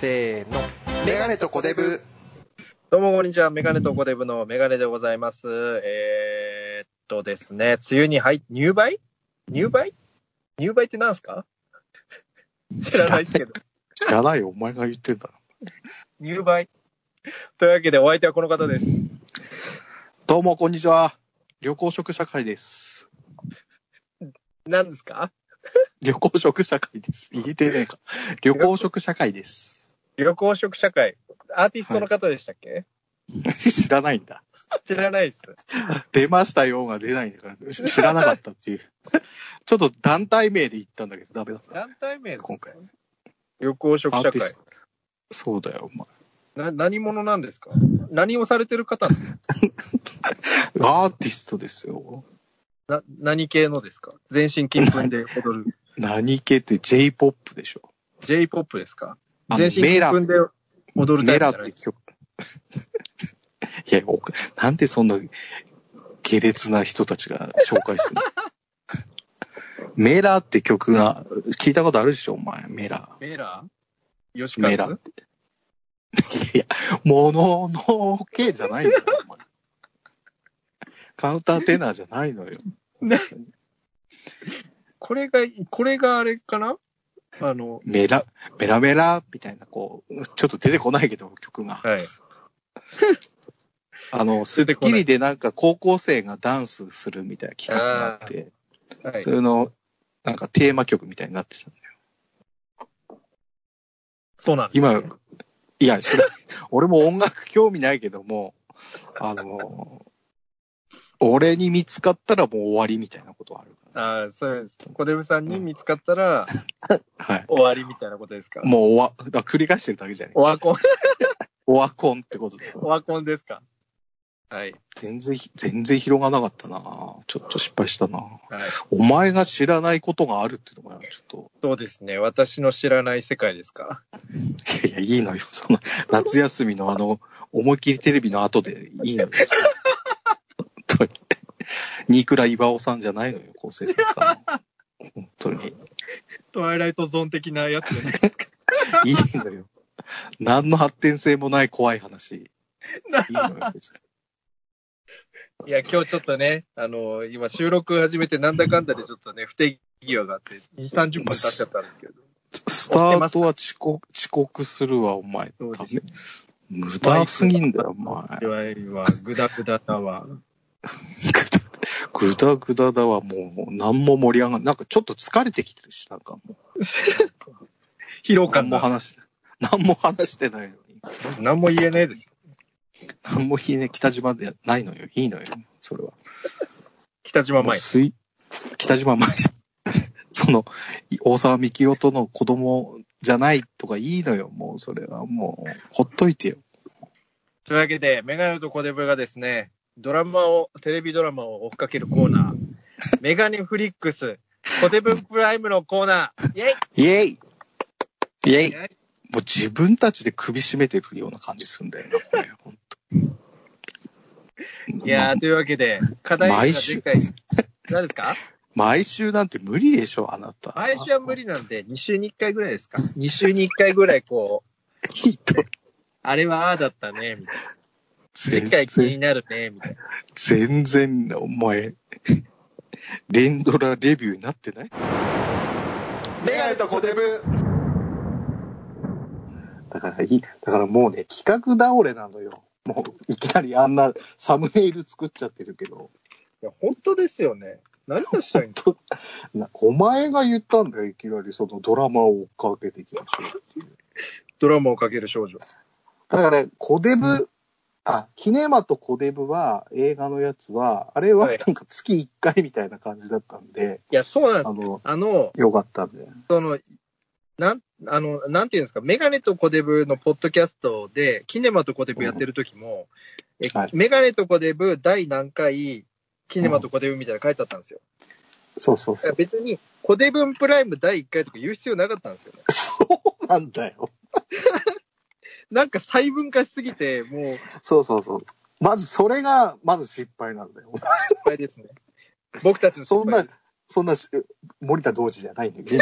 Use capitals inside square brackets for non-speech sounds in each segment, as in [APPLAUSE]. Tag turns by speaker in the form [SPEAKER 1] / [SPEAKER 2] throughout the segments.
[SPEAKER 1] せーの。
[SPEAKER 2] メガネとコデブ。
[SPEAKER 3] どうも、こんにちは。メガネとコデブのメガネでございます。えー、っとですね、梅雨に入っ、入梅入梅入梅ってなんすか [LAUGHS] 知らないですけど。
[SPEAKER 2] 知らないよ、お前が言ってんだ。
[SPEAKER 3] 入梅というわけで、お相手はこの方です。
[SPEAKER 2] どうも、こんにちは。旅行食社会です。
[SPEAKER 3] 何ですか
[SPEAKER 2] 旅行食社会です。言えてねえか。旅行食社会です。
[SPEAKER 3] 旅行食社会。アーティストの方でしたっけ、
[SPEAKER 2] 知らないんだ。
[SPEAKER 3] 知らないです。
[SPEAKER 2] 出ましたよが出ないんだから、知らなかったっていう。ちょっと団体名で言ったんだけど、ダメだった。
[SPEAKER 3] 団体名ですか
[SPEAKER 2] 今回。
[SPEAKER 3] 旅行食
[SPEAKER 2] ア
[SPEAKER 3] 社会
[SPEAKER 2] ーティ。ストそうだよ、お前。
[SPEAKER 3] な、何者なんですか何をされてる方ですか
[SPEAKER 2] アーティストですよ。
[SPEAKER 3] な、何系のですか全身金粉で踊る。
[SPEAKER 2] [LAUGHS] 何系って J-POP でしょ。
[SPEAKER 3] J-POP ですか
[SPEAKER 2] あ
[SPEAKER 3] 全
[SPEAKER 2] の
[SPEAKER 3] 身
[SPEAKER 2] メ
[SPEAKER 3] 金
[SPEAKER 2] ラ、
[SPEAKER 3] 粉で踊るタ
[SPEAKER 2] メ
[SPEAKER 3] イプじ
[SPEAKER 2] ラ
[SPEAKER 3] ゃ
[SPEAKER 2] っ
[SPEAKER 3] ない
[SPEAKER 2] て曲。 [LAUGHS] いや、おなんでそんな下劣な人たちが紹介するの [LAUGHS] メラって曲が、聞いたことあるでしょ、お前。メラ。
[SPEAKER 3] メラ吉川
[SPEAKER 2] メラって。いや、もののけじゃないのよ、お前。カウンターテナーじゃないのよ。
[SPEAKER 3] これが、これがあれかなあの、
[SPEAKER 2] メラ、メラメラみたいな、こう、ちょっと出てこないけど、曲が。
[SPEAKER 3] はい。
[SPEAKER 2] あの、ス
[SPEAKER 3] 出て
[SPEAKER 2] ッ
[SPEAKER 3] こない
[SPEAKER 2] キリでなんか高校生がダンスするみたいな企画があって、
[SPEAKER 3] はい
[SPEAKER 2] そ、れの、なんかテーマ曲みたいになってた。
[SPEAKER 3] そうなんですね、
[SPEAKER 2] 今、いや、知ら [LAUGHS] 俺も音楽興味ないけども、あの、俺に見つかったらもう終わりみたいなことはあるから。
[SPEAKER 3] ああ、そうです。小デブさんに見つかったら
[SPEAKER 2] はい。
[SPEAKER 3] 終わりみたいなことですか
[SPEAKER 2] もう終わ、だから繰り返してるだけじゃねえ
[SPEAKER 3] オワコン、 [LAUGHS]
[SPEAKER 2] オワコンってことで。
[SPEAKER 3] オワコンですかはい。
[SPEAKER 2] 全然、全然広がなかったなちょっと失敗したな
[SPEAKER 3] はい。
[SPEAKER 2] お前が知らないことがあるっていうのが、ちょっと、
[SPEAKER 3] そうですね。私の知らない世界ですか
[SPEAKER 2] [LAUGHS] いや、いいのよ。その、夏休みのあの、思いっきりテレビの後でいいのよ。本当に。ニクライバオさんじゃないのよ、構成作家の。本当に。
[SPEAKER 3] トワイライトゾーン的なやつじゃない
[SPEAKER 2] いいのよ。何の発展性もない怖い話。いいのよ、別に。
[SPEAKER 3] [LAUGHS] いや、今日ちょっとね、あの、今収録始めてなんだかんだでちょっとね、不手際があって、2、30分経っちゃったんですけど。
[SPEAKER 2] スタートは遅刻、遅刻するわ、お前。
[SPEAKER 3] そうです
[SPEAKER 2] ダメ無駄すぎんだよ、お前。
[SPEAKER 3] いわゆるはグダグダだわ。
[SPEAKER 2] ぐだぐだだわ、もう、何も盛り上がんなんかちょっと疲れてきてるし、なんかもう。
[SPEAKER 3] 疲労
[SPEAKER 2] 何
[SPEAKER 3] 感
[SPEAKER 2] も
[SPEAKER 3] が。
[SPEAKER 2] 話して、何も話してないのに。
[SPEAKER 3] 何も言えないですよ。
[SPEAKER 2] 何もひね、北島でないのよ。いいのよ。それは。
[SPEAKER 3] 北島
[SPEAKER 2] もう
[SPEAKER 3] 舞。
[SPEAKER 2] 水北島舞 [LAUGHS] じゃんその、い大沢みきおとの子供じゃないとかいいのよ。もうそれはもう、ほっといてよ。
[SPEAKER 3] というわけで、メガネとコデブがですね、ドラマを、テレビドラマを追っかけるコーナー、メガネフリックス、コデブプライムのコーナー、イェイ
[SPEAKER 2] イェイイェイ
[SPEAKER 3] イェイ
[SPEAKER 2] もう自分たちで首絞めてるような感じするん
[SPEAKER 3] [LAUGHS]
[SPEAKER 2] だよね。これほんと
[SPEAKER 3] いやー、というわけで、課題が
[SPEAKER 2] 毎週
[SPEAKER 3] 前回、何ですか
[SPEAKER 2] 毎週なんて無理でしょ、あなた。
[SPEAKER 3] 毎週は無理なんで、2週に1回ぐらいですか ?2 週に1回ぐらい、こう、
[SPEAKER 2] ひ
[SPEAKER 3] [LAUGHS]
[SPEAKER 2] ど [LAUGHS] い。
[SPEAKER 3] あれはああだったね、みたいな。
[SPEAKER 2] 全
[SPEAKER 3] 次回気
[SPEAKER 2] 然
[SPEAKER 3] になるね、みたいな。
[SPEAKER 2] 全然、お前、連ドラレビューになってない
[SPEAKER 1] メガネとコデブ。
[SPEAKER 2] だからいい、だからもうね、企画倒れなのよ。もう、いきなりあんなサムネイル作っちゃってるけど、
[SPEAKER 3] いや、本当ですよね。何をしたいんですか
[SPEAKER 2] となお前が言ったんだよ、いきなりそのドラマを追っかけていきましょう。
[SPEAKER 3] ドラマをかける少女。
[SPEAKER 2] だから、ね、コデブ、あ、キネマとコデブは、映画のやつは、あれは
[SPEAKER 3] はい
[SPEAKER 2] なんか月1回みたいな感じだったんで、
[SPEAKER 3] いや、そうなんです
[SPEAKER 2] あ。の、
[SPEAKER 3] あの、
[SPEAKER 2] よかったんで。
[SPEAKER 3] その、なん、あの、なんていうんですか、メガネとコデブのポッドキャストで、キネマとコデブやってる時も、え
[SPEAKER 2] はい
[SPEAKER 3] メガネとコデブ第何回、キネマとコデブみたいなの書いてあったんですよ。
[SPEAKER 2] そうそう
[SPEAKER 3] だか
[SPEAKER 2] そ
[SPEAKER 3] ら
[SPEAKER 2] う。
[SPEAKER 3] 別に、コデブンプライム第1回とか言う必要なかったんですよね。
[SPEAKER 2] そうなんだよ。
[SPEAKER 3] なんか細分化しすぎて、もう、いっ
[SPEAKER 2] そうそうそう。まず、それが、まず失敗なんだよ。 [LAUGHS]
[SPEAKER 3] ぱいですね。僕たちの失
[SPEAKER 2] そん
[SPEAKER 3] 敗
[SPEAKER 2] な
[SPEAKER 3] です。、
[SPEAKER 2] そんなし、森田同時じゃないんだよ。 [LAUGHS]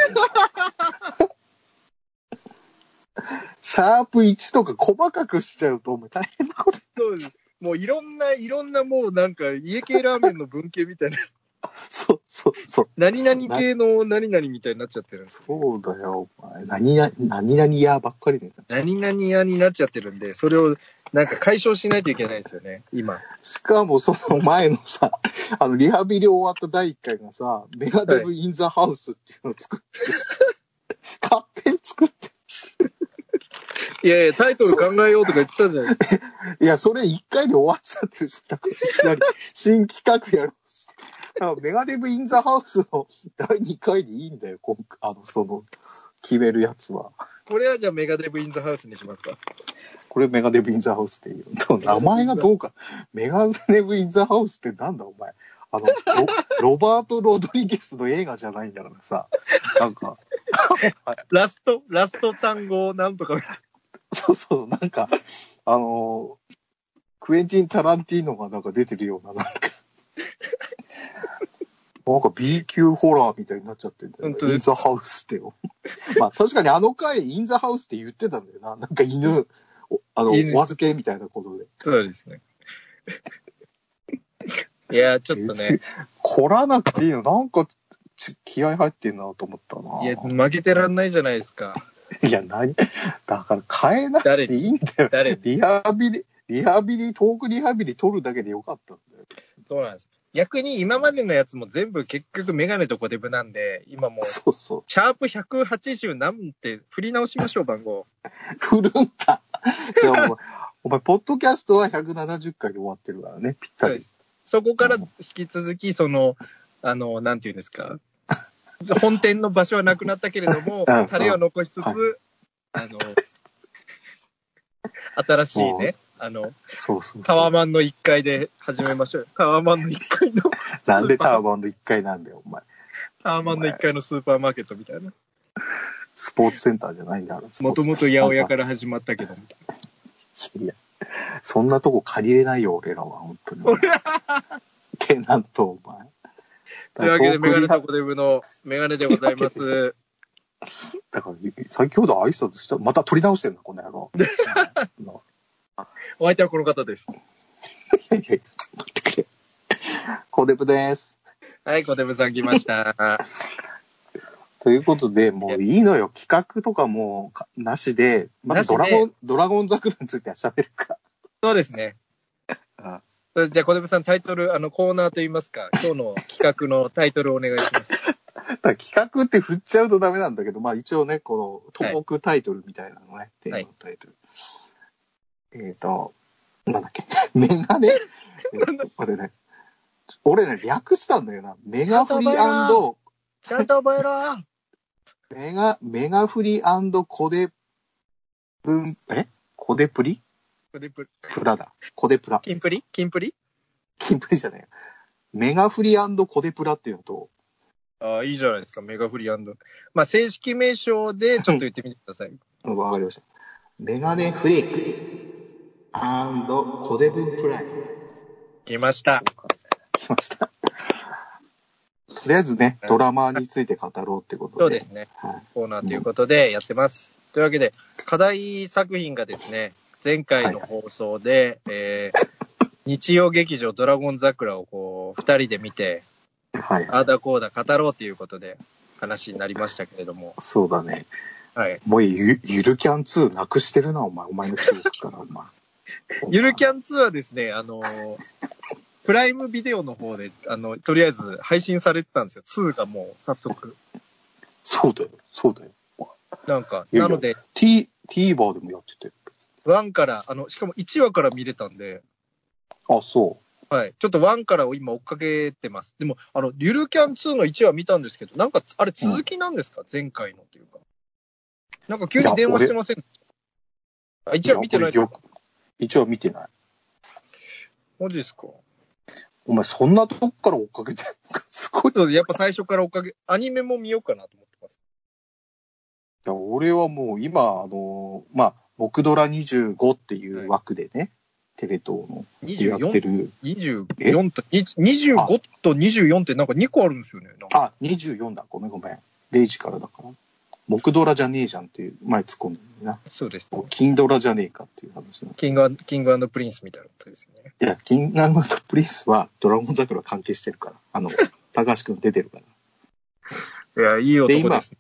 [SPEAKER 2] シャープ1とか細かくしちゃうと、お前 [LAUGHS] 大変なこと。
[SPEAKER 3] そうです。もういろんな、いろんなもうなんか、家系ラーメンの文系みたいな、
[SPEAKER 2] そうそうそう。
[SPEAKER 3] 何々系の何々みたいになっちゃってるんです。
[SPEAKER 2] そうだよ、お前。何や、何々やばっかりだよ。
[SPEAKER 3] 何々屋になっちゃってるんで、それをなんか解消しないといけないですよね、今。
[SPEAKER 2] しかもその前のさ、 [LAUGHS] あの、リハビリ終わった第1回がさ、メガデブ・イン・ザ・ハウスっていうのを作って、勝手に作って。
[SPEAKER 3] いやいや、タイトル考えようとか言ってたじゃないですか。
[SPEAKER 2] いや、それ1回で終わっちゃってるし、だからいきなり新企画やろうとして。だからメガデブ・イン・ザ・ハウスの第2回でいいんだよ、今回あの、その、決めるやつは。
[SPEAKER 3] これはじゃあメガデブインザハウスにしますか。
[SPEAKER 2] これメガデブ・イン・ザ・ハウスっていう。でも名前がどうか。メガデブ・イン・ザ・ハウスってなんだお前。あの、ロロバート・ロドリゲスの映画じゃないんだからさ。なんか、
[SPEAKER 3] ラスト、ラスト単語をなんとかみたいな。
[SPEAKER 2] [LAUGHS] そうそう、なんか、あのークエンティン・タランティーノがなんか出てるような、なんか、 [LAUGHS] なんか B 級ホラーみたいになっちゃってんだよ、
[SPEAKER 3] 本
[SPEAKER 2] ね。
[SPEAKER 3] 当です
[SPEAKER 2] イン・ザ・ハウスってよ。 [LAUGHS] まあ確かにあの回、イン・ザ・ハウスって言ってたんだよな。なんか犬、おあの、
[SPEAKER 3] 犬
[SPEAKER 2] お預けみたいなことで。
[SPEAKER 3] そうですね。いや、ちょっとね、
[SPEAKER 2] 凝らなくていいの。なんか、ち気合入ってんなと思ったな。
[SPEAKER 3] いや、負けてらんないじゃないですか。
[SPEAKER 2] いや、何だから変えなくていいんだよ。
[SPEAKER 3] 誰に
[SPEAKER 2] リハビリ、リハビリ、トークリハビリ取るだけでよかったんだよ。
[SPEAKER 3] そうなんです。逆に今までのやつも全部結局メガネとコデブなんで、今もう、
[SPEAKER 2] そうそう。
[SPEAKER 3] シャープ180なんて振り直しましょう、番号。
[SPEAKER 2] 振るんだ。じ
[SPEAKER 3] [LAUGHS]
[SPEAKER 2] ゃあお前、お前、ポッドキャストは170回で終わってるからね、ぴった
[SPEAKER 3] そう
[SPEAKER 2] り
[SPEAKER 3] で。す。そこから引き続き、その、あの、なんていうんですか。本店の場所はなくなったけれども、
[SPEAKER 2] [LAUGHS] うん
[SPEAKER 3] タレを残しつつ、
[SPEAKER 2] はい
[SPEAKER 3] あの、新しいね、あの、
[SPEAKER 2] そうそう
[SPEAKER 3] タワー
[SPEAKER 2] そう。
[SPEAKER 3] マンの1階で始めましょうよ。タワーマンの1階の、
[SPEAKER 2] なんでタワーバンド1回なんだよ、お前。
[SPEAKER 3] タワーマンの1階のスーパーマーケットみたいな。
[SPEAKER 2] スポーツセンターじゃないんだから。
[SPEAKER 3] もともと八百屋
[SPEAKER 2] ら。
[SPEAKER 3] から始まったけど、みたい
[SPEAKER 2] いや、そんなとこ借りれないよ、俺らは、本
[SPEAKER 3] [LAUGHS]
[SPEAKER 2] 当に。テナント、お前。
[SPEAKER 3] なというわけで、
[SPEAKER 2] だから
[SPEAKER 3] メガネ
[SPEAKER 2] トークリハ
[SPEAKER 3] タコデブのメガネでござい
[SPEAKER 2] [LAUGHS]
[SPEAKER 3] ます。
[SPEAKER 2] だから、先ほど挨拶した、また取り直してんだ、この
[SPEAKER 3] [LAUGHS]
[SPEAKER 2] 野郎。
[SPEAKER 3] お相手はこの方です。
[SPEAKER 2] いやいや、待ってくれ。コーデブです。
[SPEAKER 3] はい、コデブさん来ました。
[SPEAKER 2] ということで、もういいのよ。企画とかもうかなしで、まずドラゴン、ドラゴン桜については喋るか。 [LAUGHS]
[SPEAKER 3] そうですね。
[SPEAKER 2] あ
[SPEAKER 3] それじゃあ、小出さん、タイトル、あの、コーナーといいますか、今日の企画のタイトルをお願いします。
[SPEAKER 2] だから企画って振っちゃうとダメなんだけど、まあ一応ね、このトークタイトルみたいなのね、テーマのタイトル。えっ、と、なんだっけ、 [LAUGHS] メガネ、えっとこれね、俺ね、略したんだよな。メガフリー
[SPEAKER 3] ちゃんと覚えろ
[SPEAKER 2] メガ、メガフリコデブン、えコデプリ
[SPEAKER 3] コデプ
[SPEAKER 2] プラだ。コデプラ。
[SPEAKER 3] キンプリキンプリ
[SPEAKER 2] キンプリじゃないよ。メガフリコデプラっていうのと、
[SPEAKER 3] ああ、いいじゃないですか、メガフリーまあ、正式名称でちょっと言ってみてください。
[SPEAKER 2] うんわかりました。メガネフリックスコデブンプライム。
[SPEAKER 3] 来ました。
[SPEAKER 2] 来ました。とりあえずね、ドラマーについて語ろうってことで。
[SPEAKER 3] そうですね。
[SPEAKER 2] はい。
[SPEAKER 3] コーナーということでやってます。というわけで、課題作品がですね、前回の放送で、えー日曜劇場ドラゴン桜をこう、二人で見て、
[SPEAKER 2] はい。
[SPEAKER 3] あーだこーだ語ろうということで、話になりましたけれども、
[SPEAKER 2] そうだね。
[SPEAKER 3] はい。
[SPEAKER 2] もうゆ、ゆるキャン2なくしてるな、お前。お前の記憶から、お前。
[SPEAKER 3] [LAUGHS] ゆる
[SPEAKER 2] ャン
[SPEAKER 3] キャン2はですね、あのー、プライムビデオの方で、あの、とりあえず配信されてたんですよ。2がもう早速。
[SPEAKER 2] そうだよ。そうだよ。
[SPEAKER 3] なんか、
[SPEAKER 2] いやいや
[SPEAKER 3] なので、
[SPEAKER 2] T、TVer でもやってて。
[SPEAKER 3] 1から、あの、しかも1話から見れたんで、
[SPEAKER 2] あ、そ
[SPEAKER 3] はい。ちょっと1からを今追っかけてます。でも、あの、ゆるキャン2の1話見たんですけど、なんか、あれ続きなんですか、前回のっていうか。なんか急に電話してませんあ、
[SPEAKER 2] う。
[SPEAKER 3] 1話見てない
[SPEAKER 2] やこれよく一応見てない。
[SPEAKER 3] マジですか
[SPEAKER 2] お前、そんなとこから追っかけてるのか。 [LAUGHS] すごい。い
[SPEAKER 3] ちょっとやっぱ最初から追っかけ、アニメも見ようかなと思ってます。
[SPEAKER 2] や、俺はもう今、あのーまあ、僕ドラ25っていう枠でね、テレ東のやって
[SPEAKER 3] 24、
[SPEAKER 2] る。
[SPEAKER 3] 24と、25と24ってなんか2個あるんですよね。なんか
[SPEAKER 2] あ、24だ。ごめんごめん。0時からだから。木ドラじゃねえじゃんっていう前突っ込んだよね。にな。
[SPEAKER 3] そうです。
[SPEAKER 2] もう金ドラじゃねえかっていう話なんだ
[SPEAKER 3] キングアン、キングプリンスみたいなことですよね。
[SPEAKER 2] いや、キングプリンスはドラゴン桜関係してるから。あの、 [LAUGHS] 高橋くん出てるか
[SPEAKER 3] いや、
[SPEAKER 2] ら。
[SPEAKER 3] いい男
[SPEAKER 2] で
[SPEAKER 3] で
[SPEAKER 2] 今
[SPEAKER 3] す。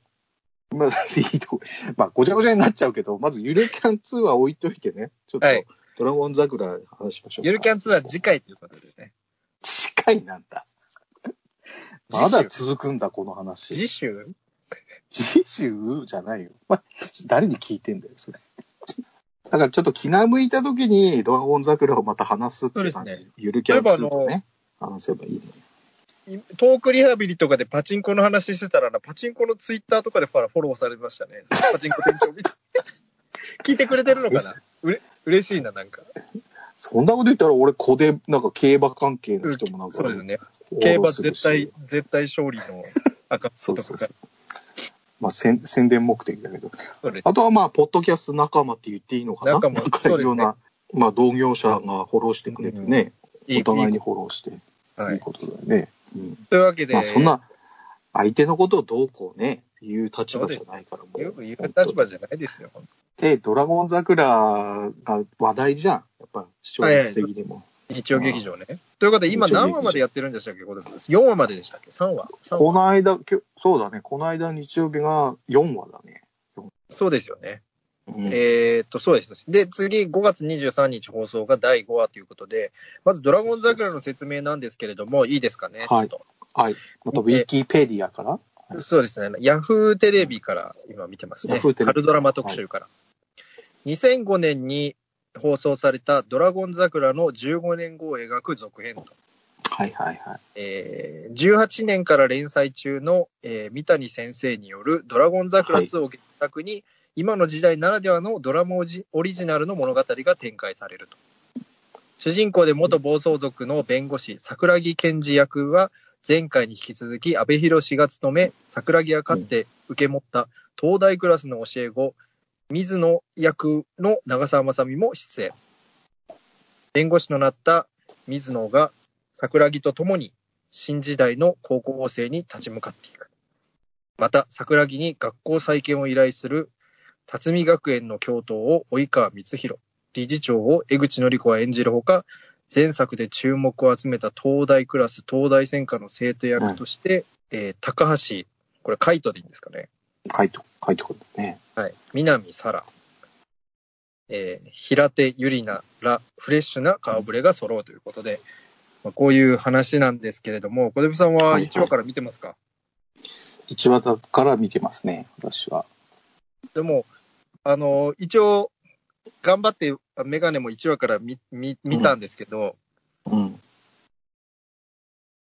[SPEAKER 2] まあ、いいとこまあ、ごちゃごちゃになっちゃうけど、まずゆるキャン2は置いといてね。ちょっと
[SPEAKER 3] はい、
[SPEAKER 2] ドラゴン桜話しましょうか。
[SPEAKER 3] ゆるキャン2は次回ということでね。
[SPEAKER 2] 近いなんだ。まだ続くんだ、この話。
[SPEAKER 3] 次週
[SPEAKER 2] 次週じゃないよ。まあ、誰に聞いてんだよ、それ。だからちょっと気が向いた時にドラゴン桜をまた話すっていう感じ。
[SPEAKER 3] そうです
[SPEAKER 2] ゆるキャン2と
[SPEAKER 3] 例
[SPEAKER 2] ね、話せばいいのに。
[SPEAKER 3] トークリハビリとかでパチンコの話してたらな、パチンコのツイッターとかでファローされましたね。パチンコ店長みたいな。 [LAUGHS] 聞いてくれてるのかなうれ嬉しいな、なんか。
[SPEAKER 2] そんなこと言ったら俺、子で、なんか競馬関係の人もなんか、
[SPEAKER 3] そうですね。
[SPEAKER 2] フォローするし
[SPEAKER 3] 競馬絶対、絶対勝利
[SPEAKER 2] [LAUGHS]
[SPEAKER 3] の赤
[SPEAKER 2] そ
[SPEAKER 3] と
[SPEAKER 2] う
[SPEAKER 3] か。
[SPEAKER 2] そうそう。まあ、宣宣伝目的だけど。
[SPEAKER 3] そうです
[SPEAKER 2] あとはまあ、ポッドキャスト仲間って言っていいのかな
[SPEAKER 3] 仲間
[SPEAKER 2] なんかいろんな、まあ、同業者がフォローしてくれてね、
[SPEAKER 3] いい
[SPEAKER 2] お互い
[SPEAKER 3] い
[SPEAKER 2] に
[SPEAKER 3] い
[SPEAKER 2] フォローして、い
[SPEAKER 3] はいい。
[SPEAKER 2] ことだよね。うん
[SPEAKER 3] というわけで、
[SPEAKER 2] まあ、そんな、相手のことをどうこうね、言う立場じゃないから、もう。
[SPEAKER 3] よく言う立場じゃないですよ。
[SPEAKER 2] で、ドラゴン桜が話題じゃん。やっぱ、視聴率的にも。
[SPEAKER 3] 日曜劇場ね。ということで、今
[SPEAKER 2] 日曜劇場
[SPEAKER 3] 何話までやってるんでしたっけこれ ?4 話まででしたっけ ?3 話 ?3 話
[SPEAKER 2] この間、きょそうだね、この間日曜日が4話だね。
[SPEAKER 3] そうですよね。
[SPEAKER 2] うん
[SPEAKER 3] えーっと、そうです。で、次、5月23日放送が第5話ということで、まず、ドラゴン桜の説明なんですけれども、いいですかね
[SPEAKER 2] はい
[SPEAKER 3] ちょっ
[SPEAKER 2] はい。また、ウィキペディアから。
[SPEAKER 3] とそうですね。ヤフーテレビから今見てますね。
[SPEAKER 2] Yahoo テレビ
[SPEAKER 3] 春ドラマ特集から。2005年に放送されたドラゴン桜の15年後を描く続編と。
[SPEAKER 2] はいはいはい。
[SPEAKER 3] えー18年から連載中の、えー三谷先生による「ドラゴン桜2」を原作に、今の時代ならではのドラマオジオリジナルの物語が展開されると主人公で元暴走族の弁護士桜木健二役は前回に引き続き阿部寛が務め桜木はかつて受け持った東大クラスの教え子水野役の長澤まさみも出演弁護士となった水野が桜木と共に新時代の高校生に立ち向かっていく。また、桜木に学校再建を依頼する、辰巳学園の教頭を及川光弘、理事長を江口のり子は演じるほか、前作で注目を集めた東大クラス、東大専科の生徒役として、えー高橋、これ、カイトでいいんですかね。
[SPEAKER 2] 書いと、書いとくんだね。
[SPEAKER 3] はい、南沙羅、えー平手友梨奈らフレッシュな顔ぶれが揃うということで、まあ、こういう話なんですけれども、小出さん
[SPEAKER 2] はいは
[SPEAKER 3] はい1話から見てますか、
[SPEAKER 2] 一話だから見てますね、私は。
[SPEAKER 3] でも、あの一応、頑張ってあメガネも1話から見見見たんですけど、
[SPEAKER 2] うん。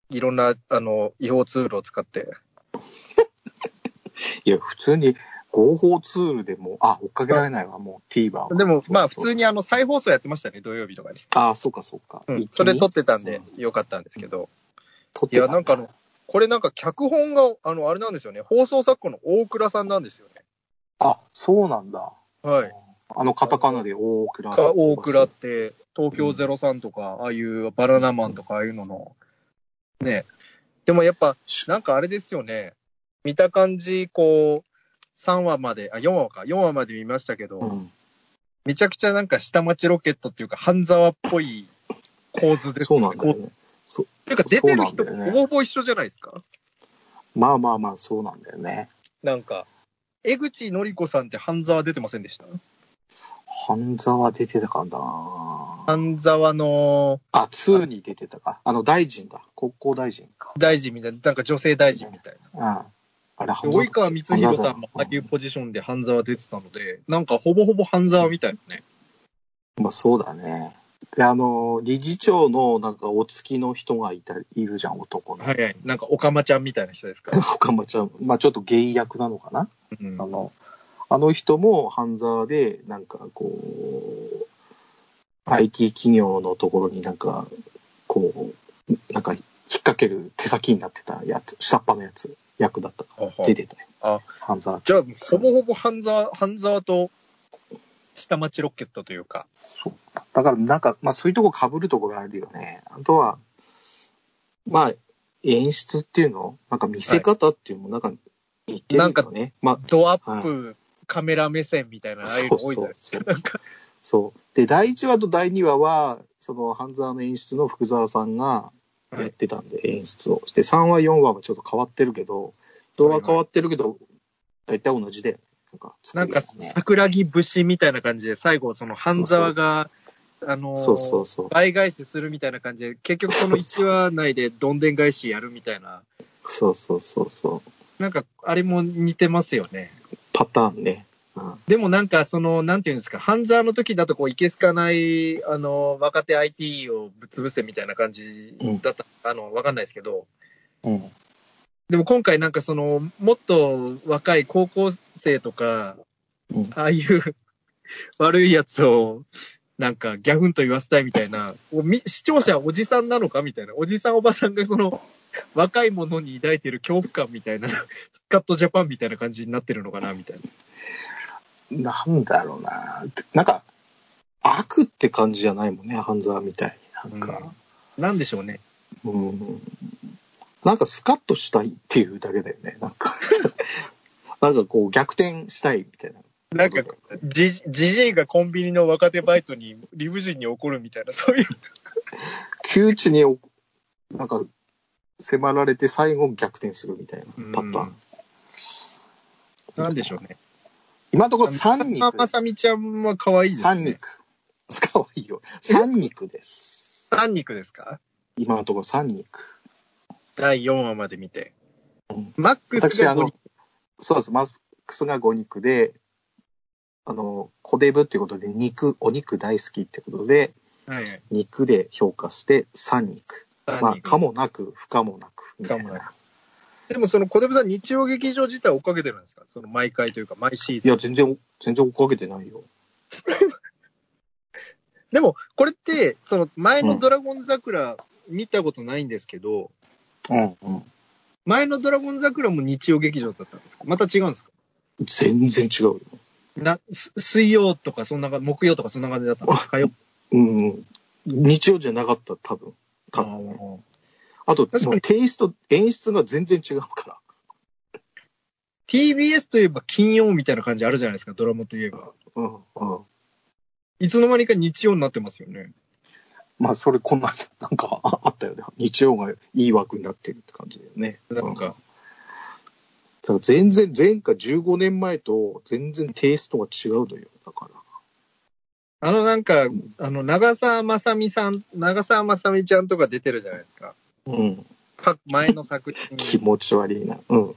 [SPEAKER 3] いろんなあの違法ツールを使って、
[SPEAKER 2] いや、普通に合法ツールでも、あ、追っかけられないわ、もう TVer は
[SPEAKER 3] でも、まあ、普
[SPEAKER 2] に。
[SPEAKER 3] 通にあの再放送やってましたね、土曜日とかに。
[SPEAKER 2] あ、そうかそうか。
[SPEAKER 3] うん
[SPEAKER 2] 一気に
[SPEAKER 3] それ撮ってたんで、よかったんですけど。
[SPEAKER 2] 撮っ
[SPEAKER 3] い
[SPEAKER 2] てた
[SPEAKER 3] や、なんかあの、これなんか脚本が、あの、あれなんですよね。放送作家の大倉さんなんですよね。
[SPEAKER 2] あ、そうなんだ。
[SPEAKER 3] はい。
[SPEAKER 2] あの、カタカナで大倉。
[SPEAKER 3] か大倉って、東京03とか、ああいうバナナマンとか、ああいうのの、ね。でもやっぱ、なんかあれですよね。見た感じ、こう、3話まで、あ、4話か、4話まで見ましたけど、
[SPEAKER 2] うん。
[SPEAKER 3] めちゃくちゃなんか下町ロケットっていうか、半沢っぽい構図です
[SPEAKER 2] そう
[SPEAKER 3] よね。
[SPEAKER 2] なんだよ
[SPEAKER 3] こ
[SPEAKER 2] ね。
[SPEAKER 3] うていうか出てる
[SPEAKER 2] そ
[SPEAKER 3] 人、
[SPEAKER 2] うなんだよね
[SPEAKER 3] ほぼほぼ一緒じゃないですか
[SPEAKER 2] まあまあまあ、そうなんだよね。
[SPEAKER 3] なんか、江口のり子さんって半沢出てませんでした
[SPEAKER 2] 半沢出てたかんだな
[SPEAKER 3] 半沢の
[SPEAKER 2] あ、2に出てたか。あの、大臣だ。国交大臣か。
[SPEAKER 3] 大臣みたいな、なんか女性大臣みたいな。
[SPEAKER 2] うん。あれ、半沢
[SPEAKER 3] 及川光弘さんもああいうポジションで半沢出てたので、なんかほぼほぼ半沢みたいなね。
[SPEAKER 2] まあそうだね。で、あの、理事長のなんかお付きの人がいたいるじゃん、男の。
[SPEAKER 3] はいはい。なんかオカマちゃんみたいな人ですから。
[SPEAKER 2] 岡間ちゃん、まあちょっとゲイ役なのかな、
[SPEAKER 3] うん
[SPEAKER 2] あの、あの人も半沢で、なんかこう、IT 企業のところになんか、こう、なんか引っ掛ける手先になってたやつ、下っ端のやつ、役だったか
[SPEAKER 3] ほうほ
[SPEAKER 2] ら、
[SPEAKER 3] う
[SPEAKER 2] 出てたよ。
[SPEAKER 3] あ
[SPEAKER 2] 半沢
[SPEAKER 3] じゃあ、ほぼほぼ半沢、半沢と下町ロケットというか。
[SPEAKER 2] そうだからなんか、まあそういうとこ被るところあるよね。あとは、まあ演出っていうのなんか見せ方っていうのもなんか似てるよね。ま
[SPEAKER 3] ドアップカメラ目線みたいな、ああいう
[SPEAKER 2] そ
[SPEAKER 3] の
[SPEAKER 2] う
[SPEAKER 3] 多いじ
[SPEAKER 2] そ
[SPEAKER 3] ゃな
[SPEAKER 2] う
[SPEAKER 3] い
[SPEAKER 2] そう。そう。で、第1話と第2話は、その、半沢の演出の福沢さんが
[SPEAKER 3] はい
[SPEAKER 2] やってたんで、演出を。で、3話、4話はちょっと変わってるけど、動画変わってるけど、大体同じで、なんか作
[SPEAKER 3] なん
[SPEAKER 2] り
[SPEAKER 3] か
[SPEAKER 2] やすいね、
[SPEAKER 3] 桜木節みたいな感じで、最後、その半沢が、あのー
[SPEAKER 2] そうそうそう。
[SPEAKER 3] 倍返しするみたいな感じで、結局その1話内でどんでん返しやるみたいな、
[SPEAKER 2] そうそうそうそう。
[SPEAKER 3] なんかあれも似てますよね。
[SPEAKER 2] パターンね。うん、
[SPEAKER 3] でもなんかその、なんていうんですか、半沢の時だとこう、いけすかない、あの、若手 IT をぶっ潰せみたいな感じだった、あの、わかんないですけど、
[SPEAKER 2] うん、
[SPEAKER 3] でも今回なんかその、もっと若い高校生とか、
[SPEAKER 2] うん
[SPEAKER 3] ああいう悪いやつを、なんかギャフンと言わせたいみたいな、おみ視聴者はおじさんなのかみたいな、おじさんおばさんがその、若い者に抱いてる恐怖感みたいな、スカットジャパンみたいな感じになってるのかなみたいな。
[SPEAKER 2] なんだろうな。なんか、悪って感じじゃないもんね、半沢みたいになんか。
[SPEAKER 3] なんでしょうね。
[SPEAKER 2] うん。なんかスカッとしたいっていうだけだよね、なんか。 [LAUGHS] なんかこう逆転したいみたいな。
[SPEAKER 3] なんか、じじじいがコンビニの若手バイトに理不尽に怒るみたいな、そういう。
[SPEAKER 2] 窮地にお、なんか、迫られて最後逆転するみたいなパターン。
[SPEAKER 3] なんでしょうね。
[SPEAKER 2] 今のところ三
[SPEAKER 3] ま
[SPEAKER 2] 肉
[SPEAKER 3] ま
[SPEAKER 2] で
[SPEAKER 3] さ
[SPEAKER 2] す。
[SPEAKER 3] みちゃんは可愛いですね。
[SPEAKER 2] 三肉。かわいいよ。三肉です。
[SPEAKER 3] 三肉ですか
[SPEAKER 2] 今のところ三肉。
[SPEAKER 3] 第4話まで見て
[SPEAKER 2] うん。
[SPEAKER 3] マックス
[SPEAKER 2] 私、
[SPEAKER 3] が
[SPEAKER 2] あ
[SPEAKER 3] 5
[SPEAKER 2] の
[SPEAKER 3] 人、
[SPEAKER 2] そうです。マックスが5肉で、あの、コデブっていうことで、肉、お肉大好きってことで、
[SPEAKER 3] はいはい
[SPEAKER 2] 肉で評価して3肉。
[SPEAKER 3] 三
[SPEAKER 2] まあ、
[SPEAKER 3] 人
[SPEAKER 2] 可もなく、不可もなく。みたい
[SPEAKER 3] 可もな
[SPEAKER 2] な。
[SPEAKER 3] でもその小出さん、日曜劇場自体追っかけてるんですかその毎回というか、毎シー
[SPEAKER 2] い
[SPEAKER 3] ズン。
[SPEAKER 2] や、全然、全然追っかけてないよ。
[SPEAKER 3] でも、これって、その前のドラゴン桜見たことないんですけど、
[SPEAKER 2] うんうん。
[SPEAKER 3] 前のドラゴン桜も日曜劇場だったんですかまた違うんですか
[SPEAKER 2] 全然違うよ。
[SPEAKER 3] なす水曜とかそんな感じ、木曜とかそんな感じだったんですか火曜
[SPEAKER 2] うんうん。日曜じゃなかった、多分。多分
[SPEAKER 3] あ
[SPEAKER 2] あと、
[SPEAKER 3] 確かに
[SPEAKER 2] もうテイスト、演出が全然違うから。
[SPEAKER 3] ー TBS といえば金曜みたいな感じあるじゃないですか、ドラマといえば。
[SPEAKER 2] うんうん。
[SPEAKER 3] いつの間にか日曜になってますよね。
[SPEAKER 2] まあ、それ、こんな、 [LAUGHS] なんか、ああったよね。日曜がいい枠になってるって感じだよね。
[SPEAKER 3] なん
[SPEAKER 2] う
[SPEAKER 3] か、
[SPEAKER 2] だから全然、前回15年前と全然テイストが違うのよ。だから。
[SPEAKER 3] あのなんか
[SPEAKER 2] ん、
[SPEAKER 3] あの、長澤まさみさん、長澤まさみちゃんとか出てるじゃないですか。
[SPEAKER 2] うん。
[SPEAKER 3] か前の作 [LAUGHS] 品
[SPEAKER 2] 気
[SPEAKER 3] に。
[SPEAKER 2] 持ち悪いな。うん。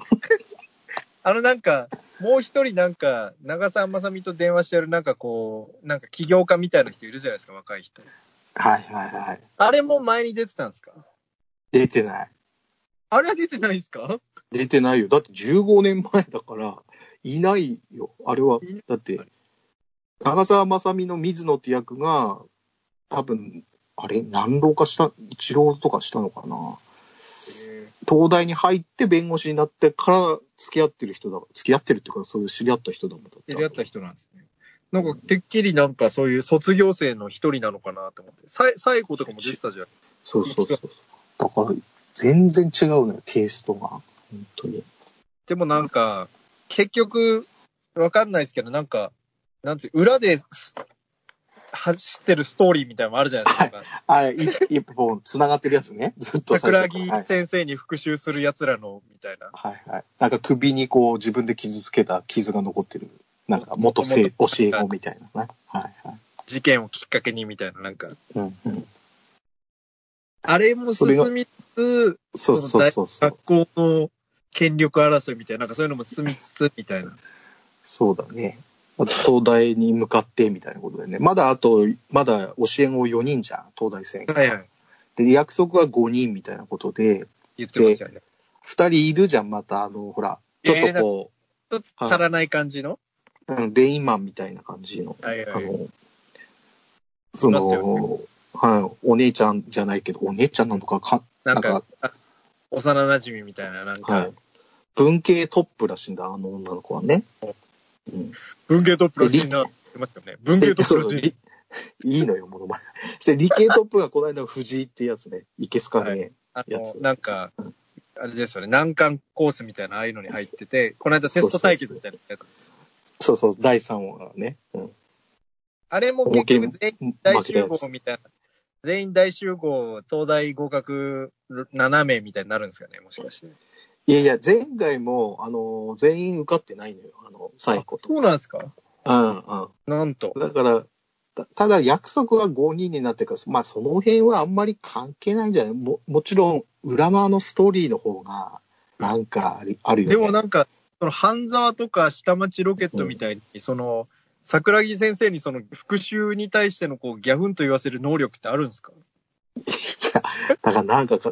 [SPEAKER 3] あのなんか、もう一人なんか、長澤まさみと電話してるなんかこう、なんか起業家みたいな人いるじゃないですか、若い人。
[SPEAKER 2] はいはいはい。
[SPEAKER 3] あれも前に出てたんですか
[SPEAKER 2] 出てない。
[SPEAKER 3] あれは出てないですか
[SPEAKER 2] 出てないよ。だって15年前だから、いないよ。あれは。だって、長澤まさみの水野って役が、多分、あれ何浪かした、一浪とかしたのかな。東大に入って弁護士になってから付き合ってる人だ。付き合ってるっていうか、そういう知り合った人だもん。だって
[SPEAKER 3] 出会った人なんですね。なんか、てっきりなんかそういう卒業生の一人なのかなと思って。さい最後とかも出てたじゃん。
[SPEAKER 2] そうそうそうそう。だから、全然違うのよ、テイストが。本当に。
[SPEAKER 3] でもなんか、結局、わかんないですけど、なんか、なんていう、裏です走ってるストーリーみたいなのもあるじゃないですか。
[SPEAKER 2] あれ、一一本繋がってるやつね。ずっと最
[SPEAKER 3] 桜
[SPEAKER 2] 初か
[SPEAKER 3] 木
[SPEAKER 2] らはい
[SPEAKER 3] 先生に復讐する奴らの、みたいな。
[SPEAKER 2] はいはい。なんか首にこう自分で傷つけた傷が残ってる。なんか元生教え子みたいなね。はいはい。
[SPEAKER 3] 事件をきっかけに、みたいな、なんか。
[SPEAKER 2] うんうん。
[SPEAKER 3] あれも進みつつ、
[SPEAKER 2] そうそうそうそう。
[SPEAKER 3] 学校の権力争いみたいな、なんかそういうのも進みつつ、みたいな。
[SPEAKER 2] そうだね。あと東大に向かってみたいなことだよね。まだあと、まだ教え子4人じゃん、東大生。
[SPEAKER 3] はいはい。
[SPEAKER 2] で、約束は5人みたいなことで、
[SPEAKER 3] 言ってますよね。
[SPEAKER 2] 2人いるじゃん、また、あの、ほら、ちょっとこう、
[SPEAKER 3] 一つ足らない感じの。
[SPEAKER 2] うんレインマンみたいな感じの、
[SPEAKER 3] はい
[SPEAKER 2] あ
[SPEAKER 3] はい。
[SPEAKER 2] の、
[SPEAKER 3] し
[SPEAKER 2] そ
[SPEAKER 3] ますよね
[SPEAKER 2] の、はい、お姉ちゃんじゃないけど、お姉ちゃんなのかか、
[SPEAKER 3] なん
[SPEAKER 2] なん
[SPEAKER 3] か、あ幼馴染みたいな、なんか、
[SPEAKER 2] はい。文系トップらしいんだ、あの女の子はね。うん。
[SPEAKER 3] 文芸トップらしいなって言ってましたよね。文芸トップらしい。
[SPEAKER 2] い。いい [LAUGHS] のよ、ものまね。して、理系トップがこの間の藤井ってやつね。いけすかね。
[SPEAKER 3] はあ
[SPEAKER 2] や
[SPEAKER 3] の
[SPEAKER 2] つ、
[SPEAKER 3] なんか
[SPEAKER 2] うん、
[SPEAKER 3] あれですよね、難関コースみたいな、ああいうのに入ってて、この間テスト対決みたいなやつですよ
[SPEAKER 2] そうそう、第3話がね。うん。
[SPEAKER 3] あれも
[SPEAKER 2] 思いっ
[SPEAKER 3] 結
[SPEAKER 2] きり
[SPEAKER 3] 局全員大
[SPEAKER 2] 負け
[SPEAKER 3] 集
[SPEAKER 2] たやつ
[SPEAKER 3] 合。みたいな。全員大集合、東大合格7名みたいになるんですかね、もしかして。
[SPEAKER 2] いやいや、前回も、あの、全員受かってないのよ。あの、最後と。
[SPEAKER 3] そうなんですか
[SPEAKER 2] うんうん。
[SPEAKER 3] なんと。
[SPEAKER 2] だから、たただ約束は5人になってるから、まあその辺はあんまり関係ないんじゃないももちろん、裏側のストーリーの方が、なんかあるあるよ、ね。
[SPEAKER 3] でもなんか、その半沢とか下町ロケットみたいに、その、桜木先生にその復讐に対してのこうギャフンと言わせる能力ってあるんですか
[SPEAKER 2] だからなんかか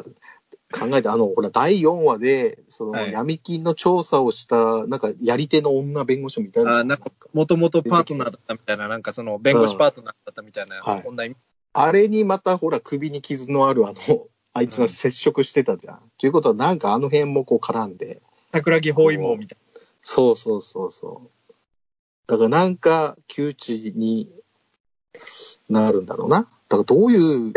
[SPEAKER 2] 考えて、あの、ほら、第4話で、その、
[SPEAKER 3] はい
[SPEAKER 2] 闇金の調査をした、なんか、やり手の女弁護士みたいな。
[SPEAKER 3] あなんか、もともとパートナーだったみたいな、なんかその弁護士パートナーだったみたいな、
[SPEAKER 2] はい
[SPEAKER 3] こんな意味
[SPEAKER 2] あれにまた、ほら、首に傷のある、あの、あいつが接触してたじゃん。ということは、なんかあの辺もこう絡んで。
[SPEAKER 3] 桜木包囲網みたい
[SPEAKER 2] そうそうそうそう。だからなんか、窮地になるんだろうな。だからどういう、